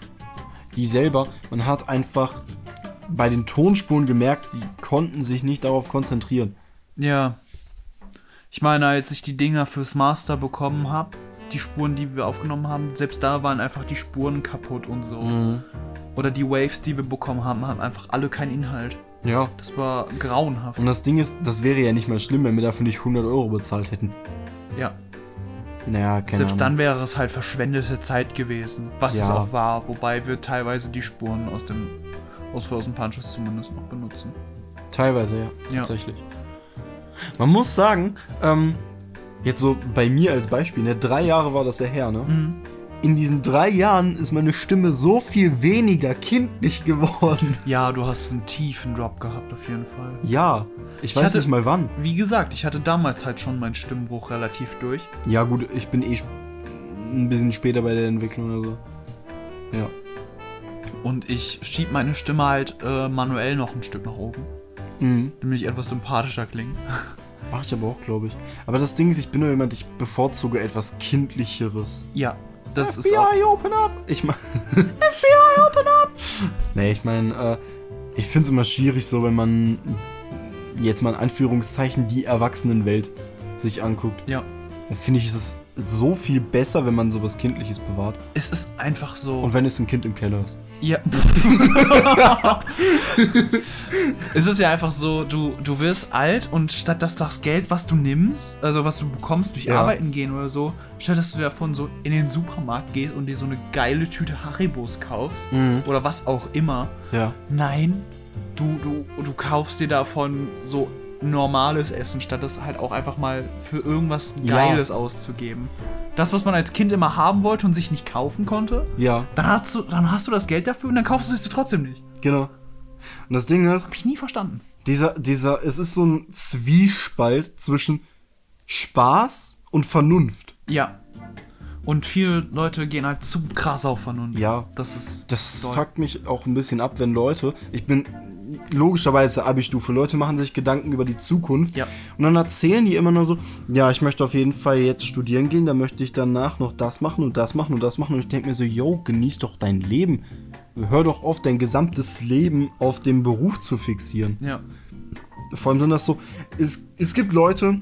Die selber, man hat einfach bei den Tonspuren gemerkt, die konnten sich nicht darauf konzentrieren.
Ja. Ich meine, als ich die Dinger fürs Master bekommen habe, die Spuren, die wir aufgenommen haben, selbst da waren einfach die Spuren kaputt und so.
Mhm.
Oder die Waves, die wir bekommen haben, haben einfach alle keinen Inhalt.
Ja.
Das war grauenhaft.
Und das Ding ist, das wäre ja nicht mal schlimm, wenn wir dafür nicht 100 Euro bezahlt hätten.
Ja.
Naja, keine
Selbst
Mhm. Ahnung.
dann wäre es halt verschwendete Zeit gewesen, was es
Ja.
auch war, wobei wir teilweise die Spuren aus dem aus Frozen Punches zumindest noch benutzen.
Teilweise, ja.
Ja.
Tatsächlich. Man muss sagen, ähm, jetzt so bei mir als Beispiel, ne, drei Jahre war das ja her, ne? In diesen drei Jahren ist meine Stimme so viel weniger kindlich geworden.
Ja, du hast einen tiefen Drop gehabt auf jeden Fall.
Ja, ich, weiß
hatte-
nicht mal wann.
Wie gesagt, ich hatte damals halt schon meinen Stimmbruch relativ durch.
Ja, gut, ich bin eh sp- ein bisschen später bei der Entwicklung oder so. Ja.
Und ich schieb meine Stimme halt äh, manuell noch ein Stück nach oben,
Mhm.
damit ich etwas sympathischer klinge.
Mach ich aber auch, glaube ich. Aber das Ding ist, ich bin nur jemand, ich bevorzuge etwas Kindlicheres.
Ja, das ist auch.
FBI, open up! Ich meine. FBI, open up! Nee, ich meine, äh, ich finde es immer schwierig, so, wenn man jetzt mal in Anführungszeichen die Erwachsenenwelt sich anguckt.
Ja,
Da finde ich, ist es so viel besser, wenn man sowas Kindliches bewahrt.
es ist einfach so.
Und wenn es ein Kind im Keller ist.
Ja. es ist ja einfach so, du, du wirst alt und statt dass das Geld, was du nimmst, also was du bekommst durch
Ja.
Arbeiten gehen oder so, statt dass du davon so in den Supermarkt gehst und dir so eine geile Tüte Haribos kaufst
Mhm.
oder was auch immer,
Ja.
nein, du, du, du kaufst dir davon so normales Essen, statt das halt auch einfach mal für irgendwas
Ja.
Geiles auszugeben. Das, was man als Kind immer haben wollte und sich nicht kaufen konnte,
Ja,
dann hast du, dann hast du das Geld dafür und dann kaufst du es dir trotzdem nicht.
genau. Und das Ding ist,
Hab ich nie verstanden.
dieser, dieser, es ist so ein Zwiespalt zwischen Spaß und Vernunft.
Ja. Und viele Leute gehen halt zu krass auf Vernunft.
Ja.
Das ist.
Das
doll.
fuckt mich auch ein bisschen ab, wenn Leute, ich bin logischerweise Abi-Stufe, Leute machen sich Gedanken über die Zukunft
Ja.
und dann erzählen die immer nur so, ja, ich möchte auf jeden Fall jetzt studieren gehen, dann möchte ich danach noch das machen und das machen und das machen und ich denke mir so, yo, genieß doch dein Leben. Hör doch auf, dein gesamtes Leben auf den Beruf zu fixieren.
Ja.
Vor allem sind das so, es, es gibt Leute,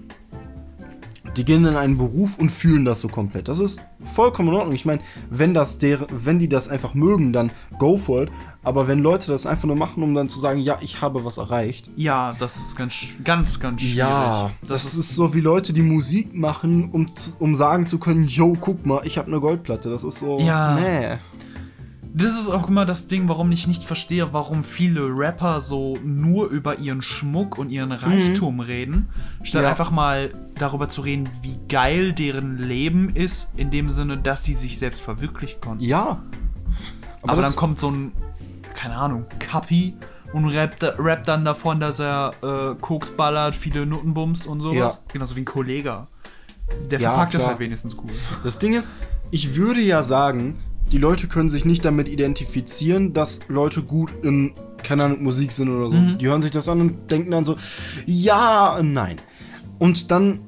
die gehen in einen Beruf und fühlen das so komplett. Das ist vollkommen in Ordnung. Ich meine, wenn das der, wenn die das einfach mögen, dann go for it. Aber wenn Leute das einfach nur machen, um dann zu sagen, ja, ich habe was erreicht.
Ja, das ist ganz, sch- ganz, ganz schwierig.
das,
das, ist,
ist so wie Leute, die Musik machen, um, zu- um sagen zu können, yo, guck mal, ich habe eine Goldplatte. Das ist so,
Ja.
nee.
das ist auch immer das Ding, warum ich nicht verstehe, warum viele Rapper so nur über ihren Schmuck und ihren Reichtum reden, statt
Mhm. Ja.
einfach mal darüber zu reden, wie geil deren Leben ist, in dem Sinne, dass sie sich selbst verwirklichen konnten.
Ja.
Aber, dann
das-
kommt so ein, keine Ahnung, Kappi und rappt, rappt dann davon, dass er äh, Koks ballert, viele Nutten bumst und sowas.
Ja.
Genauso wie ein Kollege. Der
Ja,
verpackt das
klar.
halt wenigstens cool.
Das Ding ist, ich würde ja sagen, die Leute können sich nicht damit identifizieren, dass Leute gut in, keine Ahnung, Musik sind oder so. Die hören sich das an und denken dann so, ja, nein. Und dann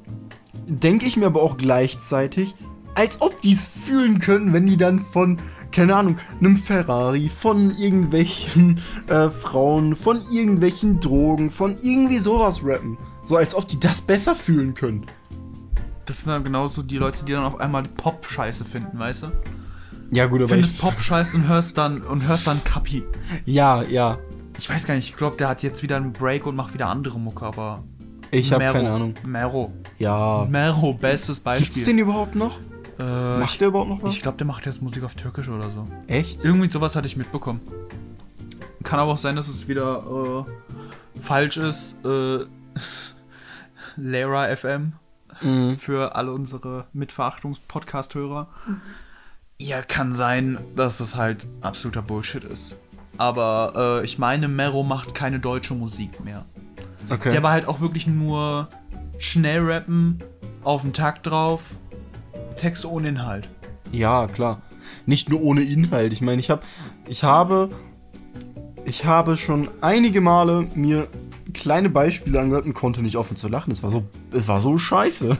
denke ich mir aber auch gleichzeitig, als ob die es fühlen können, wenn die dann von, keine Ahnung, einem Ferrari, von irgendwelchen äh, Frauen, von irgendwelchen Drogen, von irgendwie sowas rappen. So als ob die das besser fühlen können.
Das sind dann genauso die Leute, die dann auf einmal Pop-Scheiße finden, weißt du?
Ja, gut, aber
Findest Pop-Scheiße und hörst dann und hörst dann Kappi.
Ja, ja.
Ich weiß gar nicht, ich glaube, der hat jetzt wieder einen Break und macht wieder andere Mucke, aber.
Ich habe
Mero-
keine Ahnung.
Mero.
Ja.
Mero, bestes
Gibt's
Beispiel.
den überhaupt noch?
äh,
Macht
ich
der überhaupt noch was?
ich glaube, der macht jetzt Musik auf Türkisch oder so.
Echt?
Irgendwie sowas hatte ich mitbekommen. Kann aber auch sein, dass es wieder äh, falsch ist. Äh, Lara FM
Mhm.
für alle unsere Mitverachtungs-Podcast-Hörer. Mhm. Ja, kann sein, dass das halt absoluter Bullshit ist. Aber äh, ich meine, Mero macht keine deutsche Musik mehr.
Okay.
Der war halt auch wirklich nur schnell rappen, auf den Takt drauf, Text ohne Inhalt.
ja, klar. Nicht nur ohne Inhalt. Ich meine, ich habe ich habe ich habe schon einige Male mir kleine Beispiele angehört und konnte nicht offen zu lachen. Es war so es war so scheiße.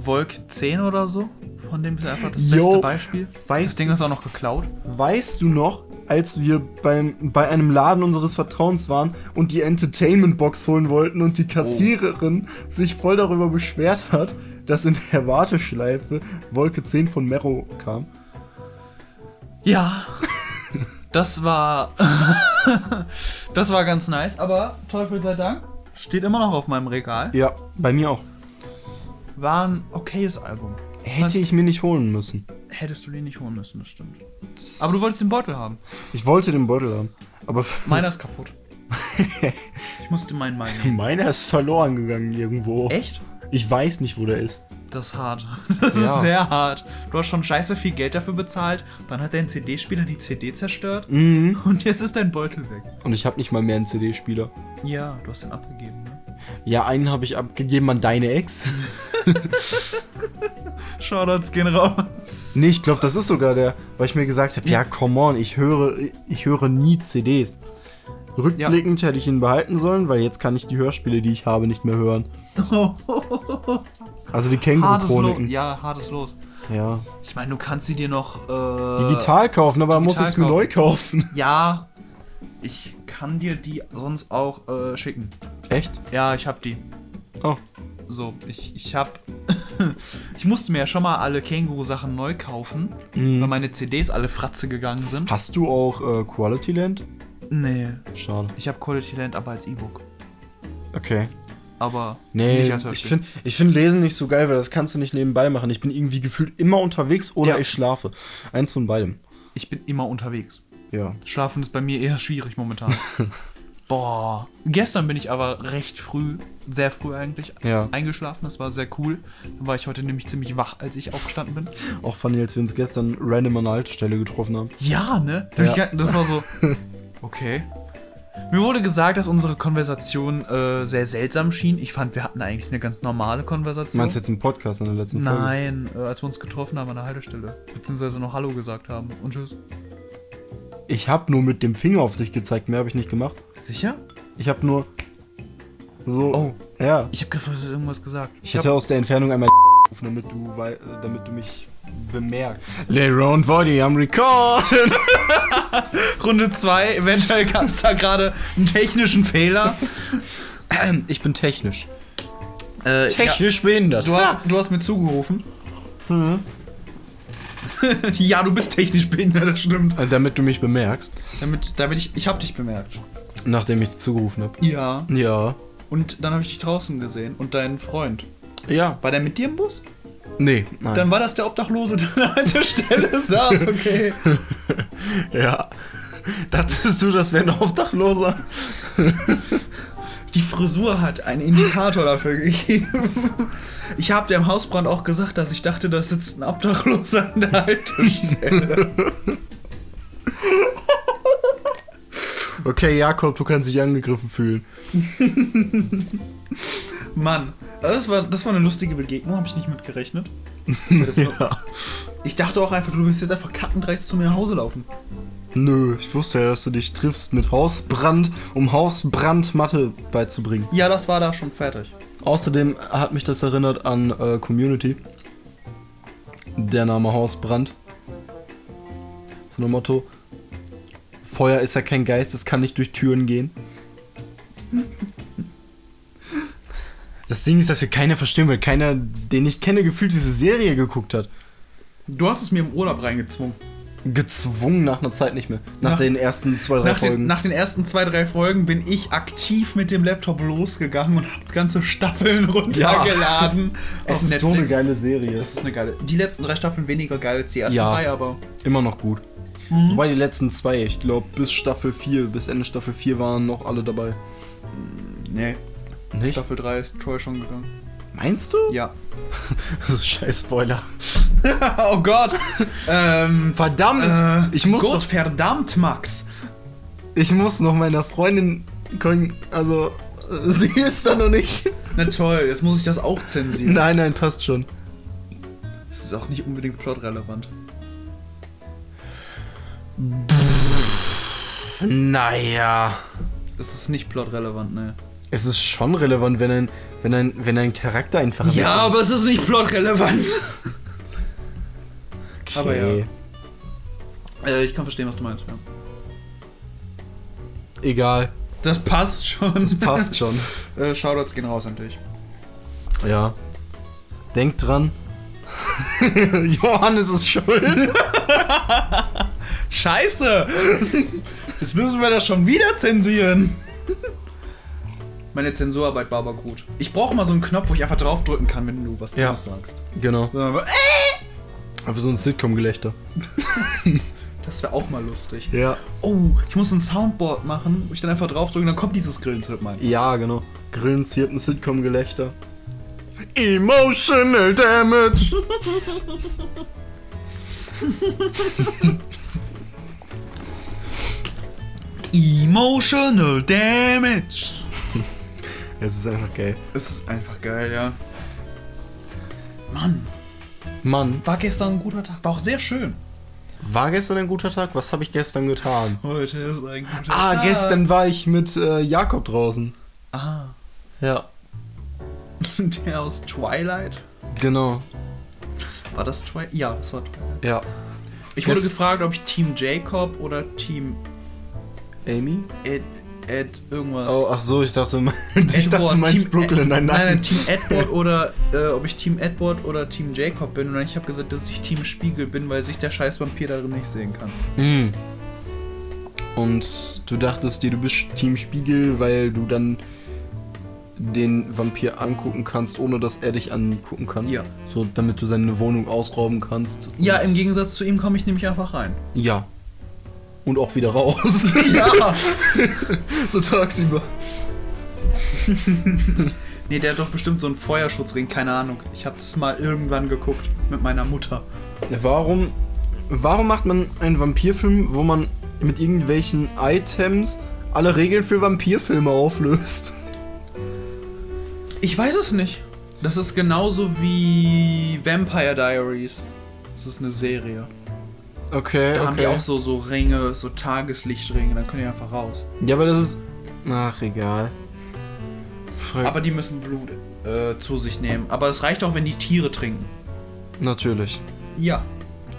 Volk 10 oder so. Von dem ist einfach das
Jo,
beste Beispiel.
weißt
das Ding
du-
ist auch noch geklaut.
Weißt du noch, als wir beim, bei einem Laden unseres Vertrauens waren und die Entertainment-Box holen wollten und die Kassiererin sich voll darüber beschwert hat, dass in der Warteschleife Wolke 10 von Mero kam?
Ja. das war. das war ganz nice, aber Teufel sei Dank. Steht immer noch auf meinem Regal.
Ja, bei mir auch.
War ein okayes Album.
Hätte ich mir nicht holen müssen.
Hättest du den nicht holen müssen, das stimmt. Aber du wolltest den Beutel haben.
Ich wollte den Beutel haben. Aber
Meiner ist kaputt. ich musste meinen meinen. nehmen.
meiner ist verloren gegangen irgendwo.
Echt?
Ich weiß nicht, wo der ist.
Das ist hart. Das
Ja.
ist sehr hart. Du hast schon scheiße viel Geld dafür bezahlt, dann hat dein CD-Spieler die CD zerstört und jetzt ist dein Beutel weg.
Und ich habe nicht mal mehr einen CD-Spieler.
Ja, du hast den abgegeben, ne?
Ja, einen habe ich abgegeben an deine Ex.
Shoutouts gehen raus.
Nee, ich glaube, das ist sogar der, weil ich mir gesagt habe, ja, come on, ich höre, ich höre nie CDs. Rückblickend hätte ich ihn behalten sollen, weil jetzt kann ich die Hörspiele, die ich habe, nicht mehr hören. Also die
Hartes Los.
Känguru-Chroniken.
Ja, hartes Los.
Ja.
Ich meine, du kannst sie dir noch. Äh,
Digital kaufen, aber man muss
digital
ich es mir
kaufen.
neu kaufen.
Ja. Ich kann dir die sonst auch äh, schicken.
Echt?
Ja, ich hab die.
Oh.
So, ich, ich hab. ich musste mir ja schon mal alle Känguru-Sachen neu kaufen,
Mhm.
weil meine CDs alle Fratze gegangen sind.
Hast du auch äh, Quality Land?
Nee,
Schade.
ich habe Quality Land aber als E-Book.
Okay.
Aber
Nee,
nicht als
ich
Hörspiel.
finde ich find Lesen nicht so geil, weil das kannst du nicht nebenbei machen. Ich bin irgendwie gefühlt immer unterwegs oder
Ja.
ich schlafe. Eins von beidem.
ich bin immer unterwegs.
Ja.
Schlafen ist bei mir eher schwierig momentan. Boah. Gestern bin ich aber recht früh, sehr früh eigentlich,
Ja.
eingeschlafen. Das war sehr cool. Dann war ich heute nämlich ziemlich wach, als ich aufgestanden bin.
Auch funny, als wir uns gestern random an der Haltestelle getroffen haben.
Ja, ne? Da
Ja.
hab ich ge- Das war so. Okay. Mir wurde gesagt, dass unsere Konversation äh, sehr seltsam schien. Ich fand, wir hatten eigentlich eine ganz normale
Du
Konversation.
meinst jetzt im Podcast in der letzten Folge?
Nein, äh, als wir uns getroffen haben an der Haltestelle. Beziehungsweise noch Hallo gesagt haben. Und tschüss.
Ich habe nur mit dem Finger auf dich gezeigt, mehr habe ich nicht gemacht.
Sicher?
Ich habe nur so.
Oh.
Ja.
Ich habe gerade was- irgendwas gesagt.
Ich
hab-
hätte aus der Entfernung einmal rufen, damit du, wei- äh, damit du mich bemerkst.
Later on body, I'm recording.
Runde 2, eventuell gab es da gerade einen technischen Fehler.
Ich bin technisch.
Äh,
behindert.
Du hast, du hast mir zugerufen. Mhm. ja, du bist technisch behindert, das stimmt.
Äh, Damit du mich bemerkst,
Damit, damit ich, ich habe dich bemerkt.
nachdem ich dir zugerufen habe.
Ja.
Ja.
Und dann habe ich dich draußen gesehen und deinen Freund.
Ja.
War der mit dir im Bus?
Nee. Nein.
Dann war das der Obdachlose, der an der Stelle saß, okay.
ja. Dachtest du, das wäre ein Obdachloser?
Die Frisur hat einen Indikator dafür gegeben. Ich habe dir im Hausbrand auch gesagt, dass ich dachte, da sitzt ein Obdachloser an der Haltestelle.
Okay, Jakob, du kannst dich angegriffen fühlen.
Mann, das war, das war eine lustige Begegnung, habe ich nicht mitgerechnet. Das war,
Ja.
Ich dachte auch einfach, du willst jetzt einfach kackendreist zu mir nach Hause laufen.
Nö, ich wusste ja, dass du dich triffst mit Hausbrand, um Hausbrand Mathe beizubringen.
Ja, das war da schon fertig.
Außerdem hat mich das erinnert an äh, Community. Der Name Hausbrand. So ein Motto. Feuer ist ja kein Geist, es kann nicht durch Türen gehen. Das Ding ist, dass wir keiner verstehen, weil keiner, den ich kenne, gefühlt diese Serie geguckt hat.
Du hast es mir im Urlaub reingezwungen.
Gezwungen nach einer Zeit nicht mehr. Nach,
Nach-
den ersten zwei, drei
Nach den,
Folgen.
nach den ersten zwei, drei Folgen bin ich aktiv mit dem Laptop losgegangen und habe ganze Staffeln runtergeladen. auf
es ist so eine
Netflix.
geile Serie.
Das ist eine geile. Die letzten drei Staffeln weniger geil als die ersten
Ja.
drei, aber.
Immer noch gut. Wobei die letzten zwei, ich glaube, bis Staffel 4, bis Ende Staffel 4 waren noch alle dabei.
Nee.
Nicht?
Staffel 3 ist Troy schon gegangen.
Meinst du?
Ja.
Das ist scheiß Spoiler.
oh Gott! ähm.
Verdammt!
äh,
ich, muss
Gott,
doch,
verdammt, Max!
ich muss noch meiner Freundin. kon- Also, äh, sie ist da noch nicht.
Na toll, jetzt muss ich das auch zensieren.
Nein, nein, passt schon.
Das ist auch nicht unbedingt plotrelevant.
Naja.
Das ist nicht plotrelevant, ne.
Es ist schon relevant, wenn ein, wenn ein, wenn ein Charakter einfach.
Ja, aber es ist nicht plotrelevant.
Okay.
aber ja. Äh, ich kann verstehen, was du meinst. Ja.
Egal.
Das passt schon.
Das passt schon.
äh, Shoutouts gehen raus an dich.
Ja. Denkt dran. Johannes ist schuld.
Scheiße! Jetzt müssen wir das schon wieder zensieren. Meine Zensurarbeit war aber gut. Ich brauche mal so einen Knopf, wo ich einfach draufdrücken kann, wenn du was
Ja.
Dummes sagst.
Genau.
So, äh,
Einfach so ein Sitcom-Gelächter.
Das wäre auch mal lustig.
Ja.
Oh, ich muss ein Soundboard machen, wo ich dann einfach draufdrücke, dann kommt dieses Grillenzirp mal.
Ja, genau. Grillen ziert ein Sitcom-Gelächter. Emotional Damage.
Emotional Damage.
Es ist einfach geil.
Es ist einfach geil, ja. Mann,
Mann,
war gestern ein guter Tag. War auch sehr schön.
war gestern ein guter Tag? Was habe ich gestern getan?
Heute ist ein guter
Ah,
Tag.
gestern war ich mit äh, Jakob draußen.
Ah,
Ja.
der aus Twilight.
Genau.
War das Twilight? Ja, das war Twilight.
Ja.
Ich wurde
Das-
gefragt, ob ich Team Jacob oder Team
Amy?
Ed, Ed irgendwas.
Oh, ach so, ich dachte, ich dachte du
Edward,
meinst
Team
Brooklyn.
Ed-
Nein, nein.
nein, Team Edward oder äh, ob ich Team Edward oder Team Jacob bin. Und ich habe gesagt, dass ich Team Spiegel bin, weil sich der scheiß Vampir darin nicht sehen kann.
Mhm. Und du dachtest dir, du bist Team Spiegel, weil du dann den Vampir angucken kannst, ohne dass er dich angucken kann.
Ja.
So, damit du seine Wohnung ausrauben kannst.
Ja,
Und-
im Gegensatz zu ihm komme ich nämlich einfach rein.
Ja. und auch wieder raus.
Ja.
so tagsüber.
Nee, der hat doch bestimmt so einen Feuerschutzring, keine Ahnung. Ich habe das mal irgendwann geguckt mit meiner Mutter.
Warum, warum macht man einen Vampirfilm, wo man mit irgendwelchen Items alle Regeln für Vampirfilme auflöst?
Ich weiß es nicht. Das ist genauso wie Vampire Diaries. Das ist eine Serie.
Okay,
Da Äh, haben die auch so, so Ringe, so Tageslichtringe, dann können die einfach raus.
Ja, aber das ist. Ach, egal. Frick.
Aber die müssen Blut äh, zu sich nehmen. Aber es reicht auch, wenn die Tiere trinken.
Natürlich.
Ja.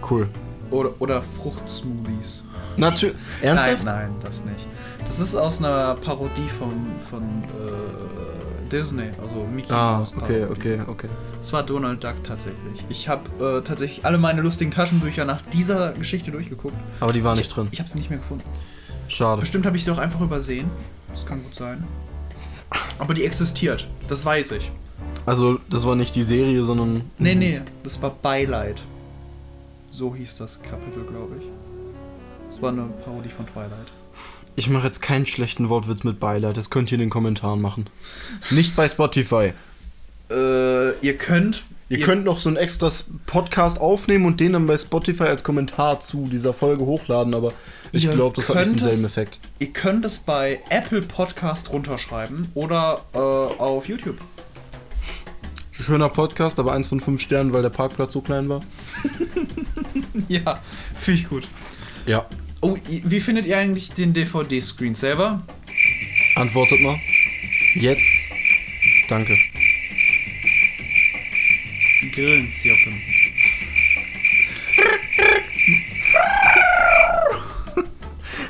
Cool.
Oder, oder Fruchtsmoothies.
Natürlich. Ernsthaft?
Nein, nein, das nicht. Das ist aus einer Parodie von, von äh, Disney, also Mickey
Ah,
Mouse
okay,
Parodie.
okay, okay.
Es war Donald Duck tatsächlich. Ich habe äh, tatsächlich alle meine lustigen Taschenbücher nach dieser Geschichte durchgeguckt.
Aber die war nicht drin.
Ich habe sie nicht mehr gefunden.
Schade.
Bestimmt habe ich sie auch einfach übersehen. Das kann gut sein. Aber die existiert. Das weiß ich.
Also, das war nicht die Serie, sondern.
Nee, nee, das war Beileid. So hieß das Kapitel, glaube ich. Das war eine Parodie von Twilight.
Ich mache jetzt keinen schlechten Wortwitz mit Beileid. Das könnt ihr in den Kommentaren machen. Nicht bei Spotify.
Äh, ihr könnt.
Ihr könnt noch so einen extra S- Podcast aufnehmen und den dann bei Spotify als Kommentar zu dieser Folge hochladen, aber ich
Ihr
glaube, das hat nicht
könnt
denselben
es-
Effekt.
Ihr könnt es bei Apple Podcast runterschreiben oder äh, auf YouTube.
Schöner Podcast, aber eins von fünf Sternen, weil der Parkplatz so klein war.
Ja, finde ich gut.
Ja.
Oh, i- wie findet ihr eigentlich den DVD-Screen selber?
Antwortet mal. Jetzt. Danke.
Grillenzirpen.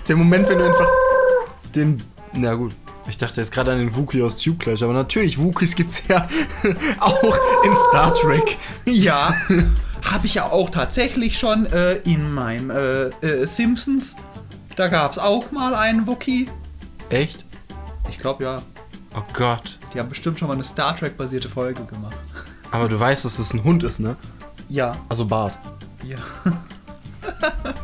Der Moment, wenn du einfach den. Na gut. Ich dachte jetzt gerade an den Wookie aus Tube Clash, aber natürlich, Wookies gibt's ja auch in Star Trek.
Ja, habe ich ja auch tatsächlich schon äh, in meinem äh, äh, Simpsons. Da gab es auch mal einen Wookie.
Echt?
Ich glaube ja.
Oh Gott.
Die haben bestimmt schon mal eine Star Trek-basierte Folge gemacht.
Aber du weißt, dass das ein Hund ist, ne?
Ja,
Also Bart.
ja.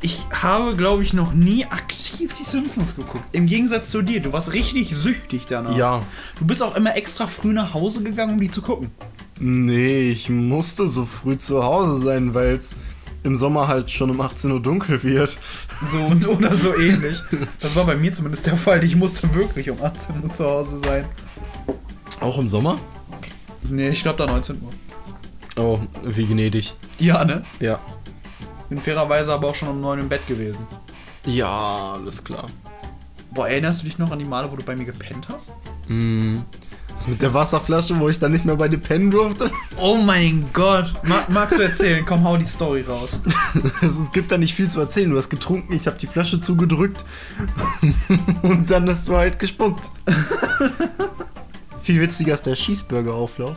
Ich habe, glaube ich, noch nie aktiv die Simpsons geguckt. Im Gegensatz zu dir. Du warst richtig süchtig danach.
Ja.
Du bist auch immer extra früh nach Hause gegangen, um die zu gucken.
Nee, ich musste so früh zu Hause sein, weil es im Sommer halt schon um 18 Uhr dunkel wird.
So und oder so ähnlich. Das war bei mir zumindest der Fall. Ich musste wirklich um 18 Uhr zu Hause sein.
Auch im Sommer?
Nee, ich glaube da 19 Uhr.
Oh, wie gnädig.
Ja, ne?
Ja.
Bin fairerweise aber auch schon um 9 im Bett gewesen.
Ja, alles klar.
Boah, erinnerst du dich noch an die Male, wo du bei mir gepennt hast?
Das mit der Wasserflasche, wo ich dann nicht mehr bei dir pennen durfte.
Oh mein Gott. Ma magst du erzählen? Komm, hau die Story raus.
Also, es gibt da nicht viel zu erzählen. Du hast getrunken, ich habe die Flasche zugedrückt und dann hast du halt gespuckt. viel witziger ist der Cheeseburger-Auflauf.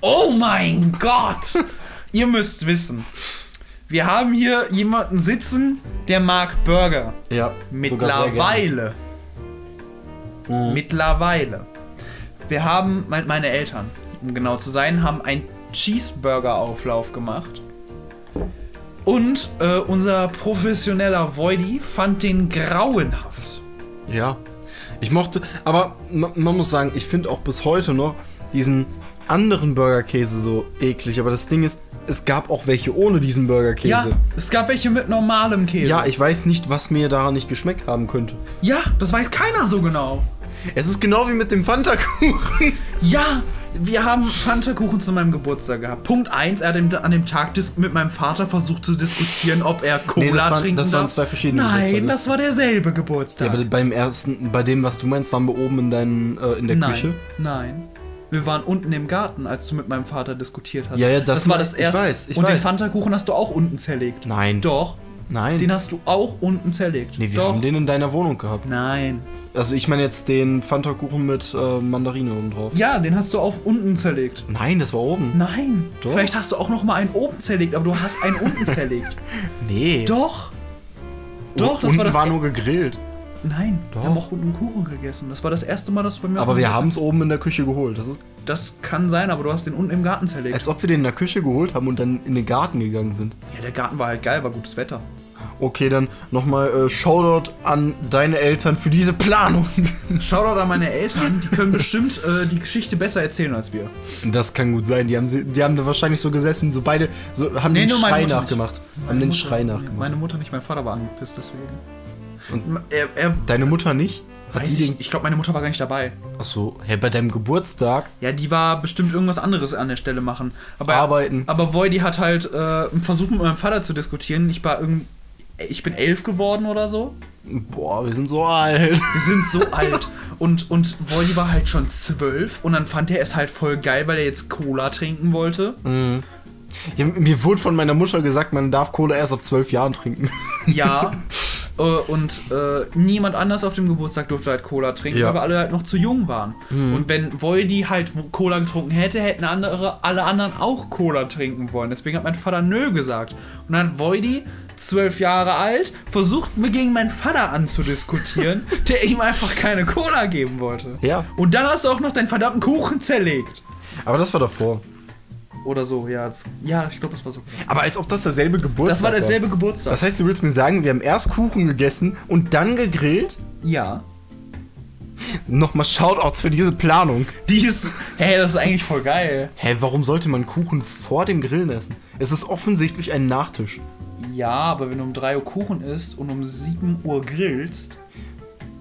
Oh mein Gott. Ihr müsst wissen. Wir haben hier jemanden sitzen, der mag Burger.
Ja,
Mittlerweile. Mittlerweile. Wir haben, mein, meine Eltern, um genau zu sein, haben einen Cheeseburger-Auflauf gemacht. Und äh, unser professioneller Voidy fand den grauenhaft.
Ja. Ich mochte, aber ma- man muss sagen, ich finde auch bis heute noch diesen anderen Burgerkäse so eklig. Aber das Ding ist, es gab auch welche ohne diesen Burgerkäse.
Ja, es gab welche mit normalem Käse.
ja, ich weiß nicht, was mir daran nicht geschmeckt haben könnte.
ja das weiß keiner so genau.
Es ist genau wie mit dem Fanta-Kuchen.
Ja, wir haben Fanta-Kuchen zu meinem Geburtstag gehabt. Punkt 1, er hat im- an dem Tag dis- mit meinem Vater versucht zu diskutieren, ob er Cola
Nee, das waren-
trinken
das waren
darf.
zwei verschiedene
Nein,
Geburtstage.
das war derselbe Geburtstag.
aber beim ersten, bei dem, was du meinst, waren wir oben in, deinen, äh, in der
nein,
Küche.
nein. Wir waren unten im Garten, als du mit meinem Vater diskutiert hast.
Ja, ja, das
war
mein-
das
ich
erste.
weiß, ich
Und den
weiß.
Fanta-Kuchen hast du auch unten zerlegt.
Nein.
Doch,
Nein.
den hast du auch unten zerlegt.
nee, wir
Doch.
haben den in deiner Wohnung gehabt.
Nein.
Also ich meine jetzt den Fanta-Kuchen mit äh, Mandarine oben drauf.
Ja, den hast du auch unten zerlegt.
Nein, das war oben.
Nein.
Doch.
Vielleicht hast du auch noch mal einen oben zerlegt, aber du hast einen unten zerlegt.
Nee.
Doch. Doch, das
unten
war das. e-
war nur gegrillt.
Nein,
Doch.
wir haben auch unten Kuchen gegessen. Das war das erste Mal, dass du bei mir. auf
Aber
dem
wir haben
Geburtstag-
es oben in der Küche geholt. Das ist,
Das kann sein, aber du hast den unten im Garten zerlegt.
als ob wir den in der Küche geholt haben und dann in den Garten gegangen sind.
Ja, der Garten war halt geil, war gutes Wetter.
Okay, dann nochmal äh, Shoutout an deine Eltern für diese Planung.
Shoutout an meine Eltern, die können bestimmt äh, die Geschichte besser erzählen als wir.
Das kann gut sein. Die haben, sie- die haben da wahrscheinlich so gesessen, so beide, so, haben den Schrei
Mutter
nachgemacht.
nicht.
Haben den
Mutter-
Schrei nachgemacht.
Meine Mutter nicht, mein Vater war angepisst, deswegen.
Und-
er, er,
Deine Mutter nicht? Hat
weiß
die
ich
den,
ich glaube, meine Mutter war gar nicht dabei.
achso, hä, bei deinem Geburtstag?
Ja, die war bestimmt irgendwas anderes an der Stelle machen. Aber,
Arbeiten.
Aber Voidy hat halt äh, versucht, mit meinem Vater zu diskutieren. Ich war irgend, ich bin elf geworden oder so.
Boah, wir sind so alt.
Wir sind so alt. Und, und Voidy war halt schon zwölf und dann fand er es halt voll geil, weil er jetzt Cola trinken wollte.
Ja, mir wurde von meiner Mutter gesagt, man darf Cola erst ab zwölf Jahren trinken.
Ja. äh, und äh, niemand anders auf dem Geburtstag durfte halt Cola trinken,
Ja. Mhm.
weil wir alle halt noch zu jung waren. Und wenn Voldy halt Cola getrunken hätte, hätten andere, alle anderen auch Cola trinken wollen. Deswegen hat mein Vater nö gesagt. Und dann hat Voldy, zwölf Jahre alt, versucht, mir gegen meinen Vater anzudiskutieren, der ihm einfach keine Cola geben wollte.
Ja.
Und dann hast du auch noch deinen verdammten Kuchen zerlegt.
Aber das war davor.
Oder so, ja. Das, ja, ich glaube, das war so.
Aber als ob das derselbe Geburtstag
Das war derselbe Geburtstag.
Das heißt, du willst mir sagen, wir haben erst Kuchen gegessen und dann gegrillt?
ja.
Nochmal Shoutouts für diese Planung.
Die ist. Hey, das ist eigentlich voll geil.
Hä, warum sollte man Kuchen vor dem Grillen essen? Es ist offensichtlich ein Nachtisch.
Ja, aber wenn du um 3 Uhr Kuchen isst und um 7 Uhr grillst.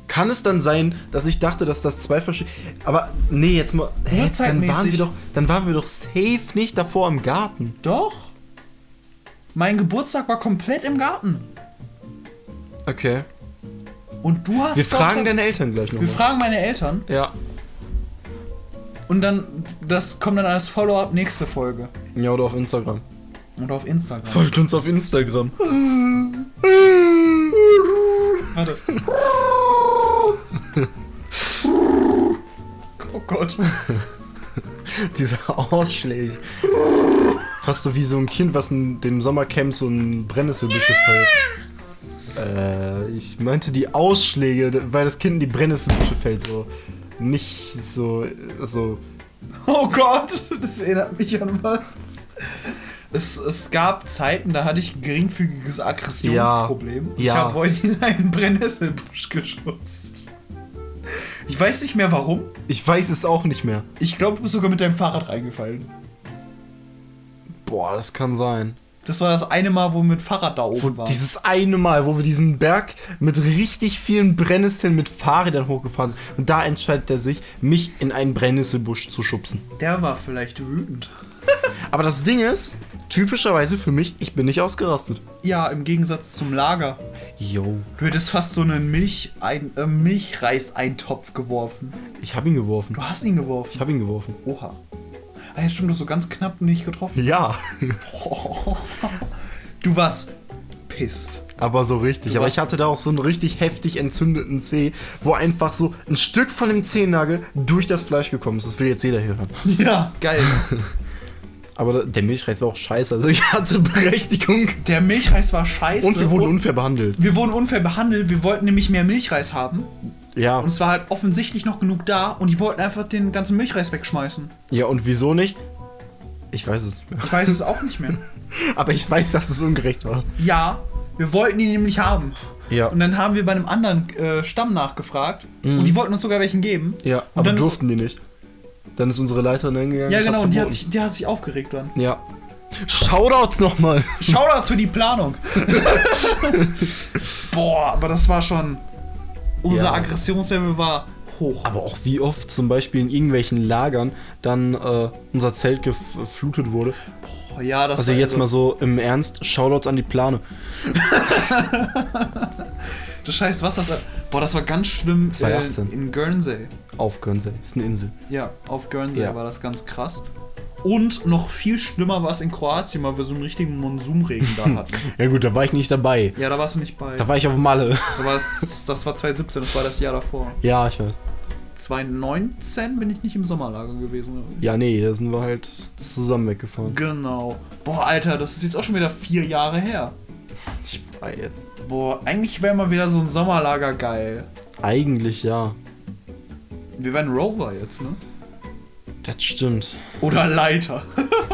Kann es dann sein, dass ich dachte, dass das zwei verschiedene. Aber nee, jetzt mal. Hä, dann
Nur
waren
zeitmäßig.
wir doch, dann waren wir doch safe nicht davor im Garten.
Doch! Mein Geburtstag war komplett im Garten.
Okay.
Und du hast.
Wir
doch-
fragen deine Eltern gleich
Wir
nochmal.
fragen meine Eltern.
Ja.
Und dann. Das kommt dann als Follow-up nächste Folge.
Ja, oder auf Instagram.
Oder auf Instagram.
Folgt uns auf Instagram.
Warte. oh Gott.
Diese Ausschläge. Fast so wie so ein Kind, was in dem Sommercamp so ein Brennnesselbüsche fällt. Äh, ich meinte die Ausschläge, weil das Kind in die Brennnesselbüsche fällt, so. Nicht so. so
Oh Gott, das erinnert mich an was. Es, es gab Zeiten, da hatte ich ein geringfügiges Aggressionsproblem.
Ja,
Ich
ja.
habe heute in einen Brennnesselbusch geschubst. Ich weiß nicht mehr warum.
ich weiß es auch nicht mehr.
Ich glaube, du bist sogar mit deinem Fahrrad reingefallen.
Boah, das kann sein.
Das war das eine Mal, wo wir mit Fahrrad da oben waren.
Dieses eine Mal, wo wir diesen Berg mit richtig vielen Brennnesseln mit Fahrrädern hochgefahren sind. Und da entscheidet er sich, mich in einen Brennnesselbusch zu schubsen.
Der war vielleicht wütend.
Aber das Ding ist, typischerweise für mich, ich bin nicht ausgerastet.
Ja, im Gegensatz zum Lager.
Yo.
Du hättest fast so einen Milch ein, äh, Milchreiseintopf geworfen.
Ich habe ihn geworfen.
Du hast ihn geworfen.
Ich habe ihn geworfen.
Oha. Ah, ja, stimmt, du hast so ganz knapp nicht getroffen.
Ja,
Du warst pisst.
aber so richtig. aber
warst-
ich hatte da auch so einen richtig heftig entzündeten Zeh, wo einfach so ein Stück von dem Zehennagel durch das Fleisch gekommen ist. Das will jetzt jeder hier hören.
Ja, geil.
Aber da- der Milchreis war auch scheiße. Also ich hatte Berechtigung.
Der Milchreis war scheiße.
Und wir wurden unfair behandelt.
wir wurden unfair behandelt. Wir wollten nämlich mehr Milchreis haben.
Ja.
Und es war halt offensichtlich noch genug da. Und die wollten einfach den ganzen Milchreis wegschmeißen.
Ja, und wieso nicht? Ich weiß es nicht mehr.
Ich weiß es auch nicht mehr.
Aber ich weiß, dass es ungerecht war.
Ja, wir wollten ihn nämlich haben.
Ja. Mhm.
Und dann haben wir bei einem anderen äh, Stamm nachgefragt. Und die wollten uns sogar welchen geben.
Ja,
und
aber
dann
durften die nicht. Dann ist unsere Leiterin hingegangen.
Ist, ja,
und hat's
genau. Und die hat,
verboten.
sich, die hat sich aufgeregt dann.
Ja. Shoutouts nochmal.
Shoutouts für die Planung. Boah, aber das war schon. Unser
Ja.
Aggressionslevel war hoch.
Aber auch wie oft zum Beispiel in irgendwelchen Lagern dann äh, unser Zelt geflutet wurde.
Boah, Oh, ja, das
Also
war
jetzt
irre.
mal so im Ernst, Shoutouts an die Plane.
Das scheiß Wasser. Das, boah, das war ganz schlimm
2018.
äh, in Guernsey.
Auf Guernsey, ist eine Insel.
Ja, auf Guernsey
Ja.
war das ganz krass. Und noch viel schlimmer war es in Kroatien, weil wir so einen richtigen Monsumregen da hatten.
Ja gut, da war ich nicht dabei.
Ja, da warst du nicht bei.
Da war ich auf Malle.
Aber das, das war 2017, das war das Jahr davor.
Ja, ich weiß.
2019 bin ich nicht im Sommerlager gewesen.
Ja, nee, da sind wir halt zusammen weggefahren.
Genau. Boah, Alter, das ist jetzt auch schon wieder vier Jahre her.
Ich weiß.
Boah, eigentlich wäre mal wieder so ein Sommerlager geil.
Eigentlich ja.
Wir werden Rover jetzt, ne?
Das stimmt.
Oder Leiter.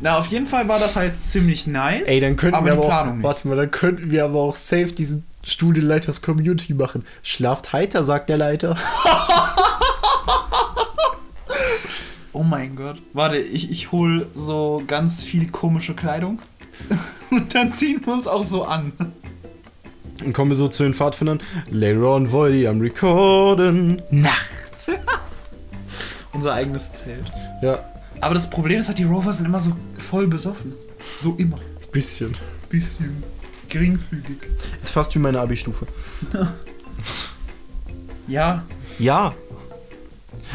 Na, auf jeden Fall war das halt ziemlich nice.
Ey, dann könnten
aber
wir
die
aber
Planung
auch,
nicht.
Warte mal, dann könnten wir aber auch safe diesen Stuhl den Leiters Community machen. Schlaft heiter, sagt der Leiter.
Oh mein Gott. Warte, ich, ich hol so ganz viel komische Kleidung. Und dann ziehen wir uns auch so an.
Und kommen wir so zu den Pfadfindern. Later on Voidy, am Recorden.
Nachts.
Unser eigenes Zelt.
Ja,
Aber das Problem ist halt, die Rovers sind immer so voll besoffen. So immer.
Bisschen.
Bisschen geringfügig.
ist fast wie meine Abi-Stufe.
Ja,
Ja.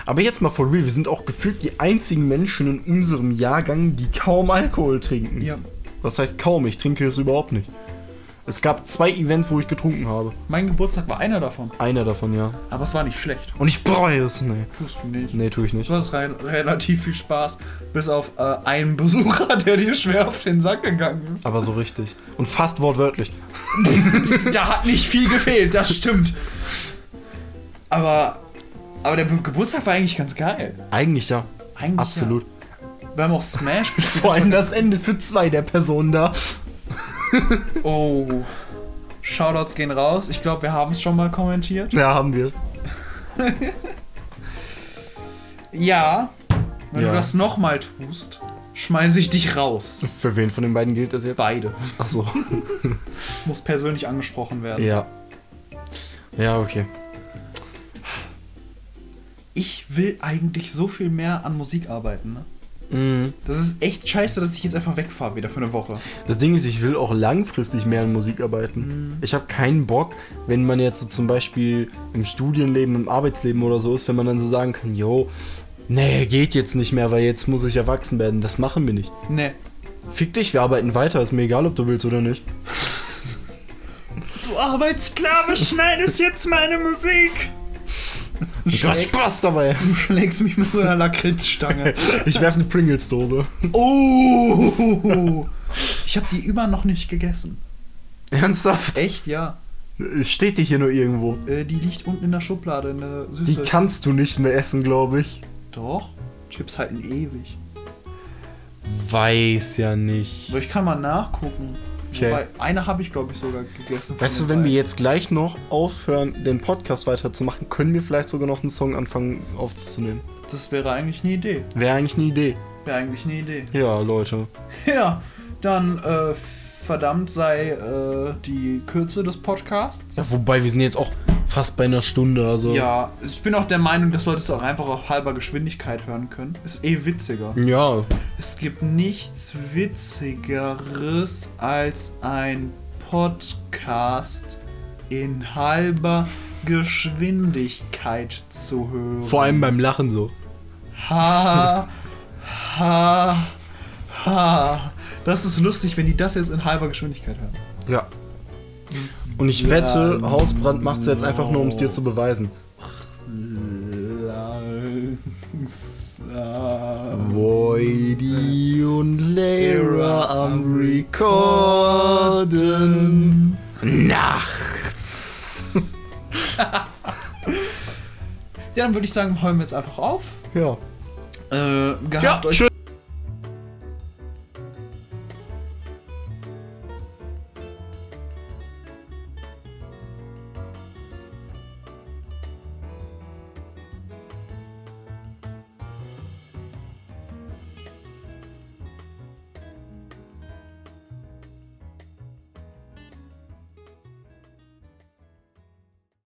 Aber jetzt mal for real, wir sind auch gefühlt die einzigen Menschen in unserem Jahrgang, die kaum Alkohol trinken.
ja.
Was heißt kaum? Ich trinke es überhaupt nicht. Es gab zwei Events, wo ich getrunken habe.
Mein Geburtstag war einer davon.
Einer davon, ja.
Aber es war nicht schlecht.
Und ich bereue es. Nee.
Tust du nicht.
Nee, tue ich nicht.
Du hast rein, relativ viel Spaß, bis auf äh, einen Besucher, der dir schwer auf den Sack gegangen ist.
Aber so richtig. Und fast wortwörtlich.
da hat nicht viel gefehlt, das stimmt. Aber, aber der Be- Geburtstag war eigentlich ganz geil.
Eigentlich ja.
Eigentlich
Absolut.
Ja. Wir haben auch Smash gespielt.
Vor allem das Ende für zwei der Personen da.
Oh. Shoutouts gehen raus. Ich glaube, wir haben es schon mal kommentiert.
Ja, haben wir.
Ja. Wenn
Ja.
du das nochmal tust, schmeiße ich dich raus.
Für wen von den beiden gilt das jetzt?
Beide.
Achso.
Muss persönlich angesprochen werden.
ja. Ja, okay.
Ich will eigentlich so viel mehr an Musik arbeiten. Ne?
Mhm.
Das ist echt scheiße, dass ich jetzt einfach wegfahre wieder für eine Woche.
Das Ding ist, ich will auch langfristig mehr an Musik arbeiten. Ich habe keinen Bock, wenn man jetzt so zum Beispiel im Studienleben, im Arbeitsleben oder so ist, wenn man dann so sagen kann, yo, nee, geht jetzt nicht mehr, weil jetzt muss ich erwachsen werden. Das machen wir nicht.
Ne.
Fick dich, wir arbeiten weiter, ist mir egal, ob du willst oder nicht.
Du Arbeitssklave, schneidest jetzt meine Musik.
Du hast Spaß dabei.
Du schlägst mich mit so einer Lakritzstange.
Ich werfe eine Pringles-Dose.
Oh! Ich habe die über noch nicht gegessen.
Ernsthaft?
Echt, ja.
Steht die hier nur irgendwo?
Äh, die liegt unten in der Schublade, in der Süße.
Die kannst du nicht mehr essen, glaube ich.
Doch. Chips halten ewig.
Weiß ja nicht.
So, ich kann mal nachgucken.
Okay.
Wobei, eine habe ich, glaube ich, sogar gegessen. von
Weißt
den
du, wenn wir
beiden.
jetzt gleich noch aufhören, den Podcast weiterzumachen, können wir vielleicht sogar noch einen Song anfangen aufzunehmen.
Das wäre eigentlich eine Idee.
Wäre eigentlich eine Idee.
Wäre eigentlich eine Idee.
Ja, Leute.
Ja, dann äh, verdammt sei äh, die Kürze des Podcasts.
Ja, wobei, wir sind jetzt auch fast bei einer Stunde, also.
Ja, ich bin auch der Meinung, das solltest du auch einfach auf halber Geschwindigkeit hören können. Ist eh witziger.
Ja.
Es gibt nichts Witzigeres als ein Podcast in halber Geschwindigkeit zu hören.
Vor allem beim Lachen so.
Ha, ha, ha. Das ist lustig, wenn die das jetzt in halber Geschwindigkeit hören.
Ja. Und ich wette, Hausbrand macht's jetzt einfach nur, um es dir zu beweisen.
Langsam.
Voidy und Lara am Recorden. Nachts.
Ja, dann würde ich sagen, heulen wir jetzt einfach auf.
Ja.
Äh, gehabt
Ja,
euch
schön.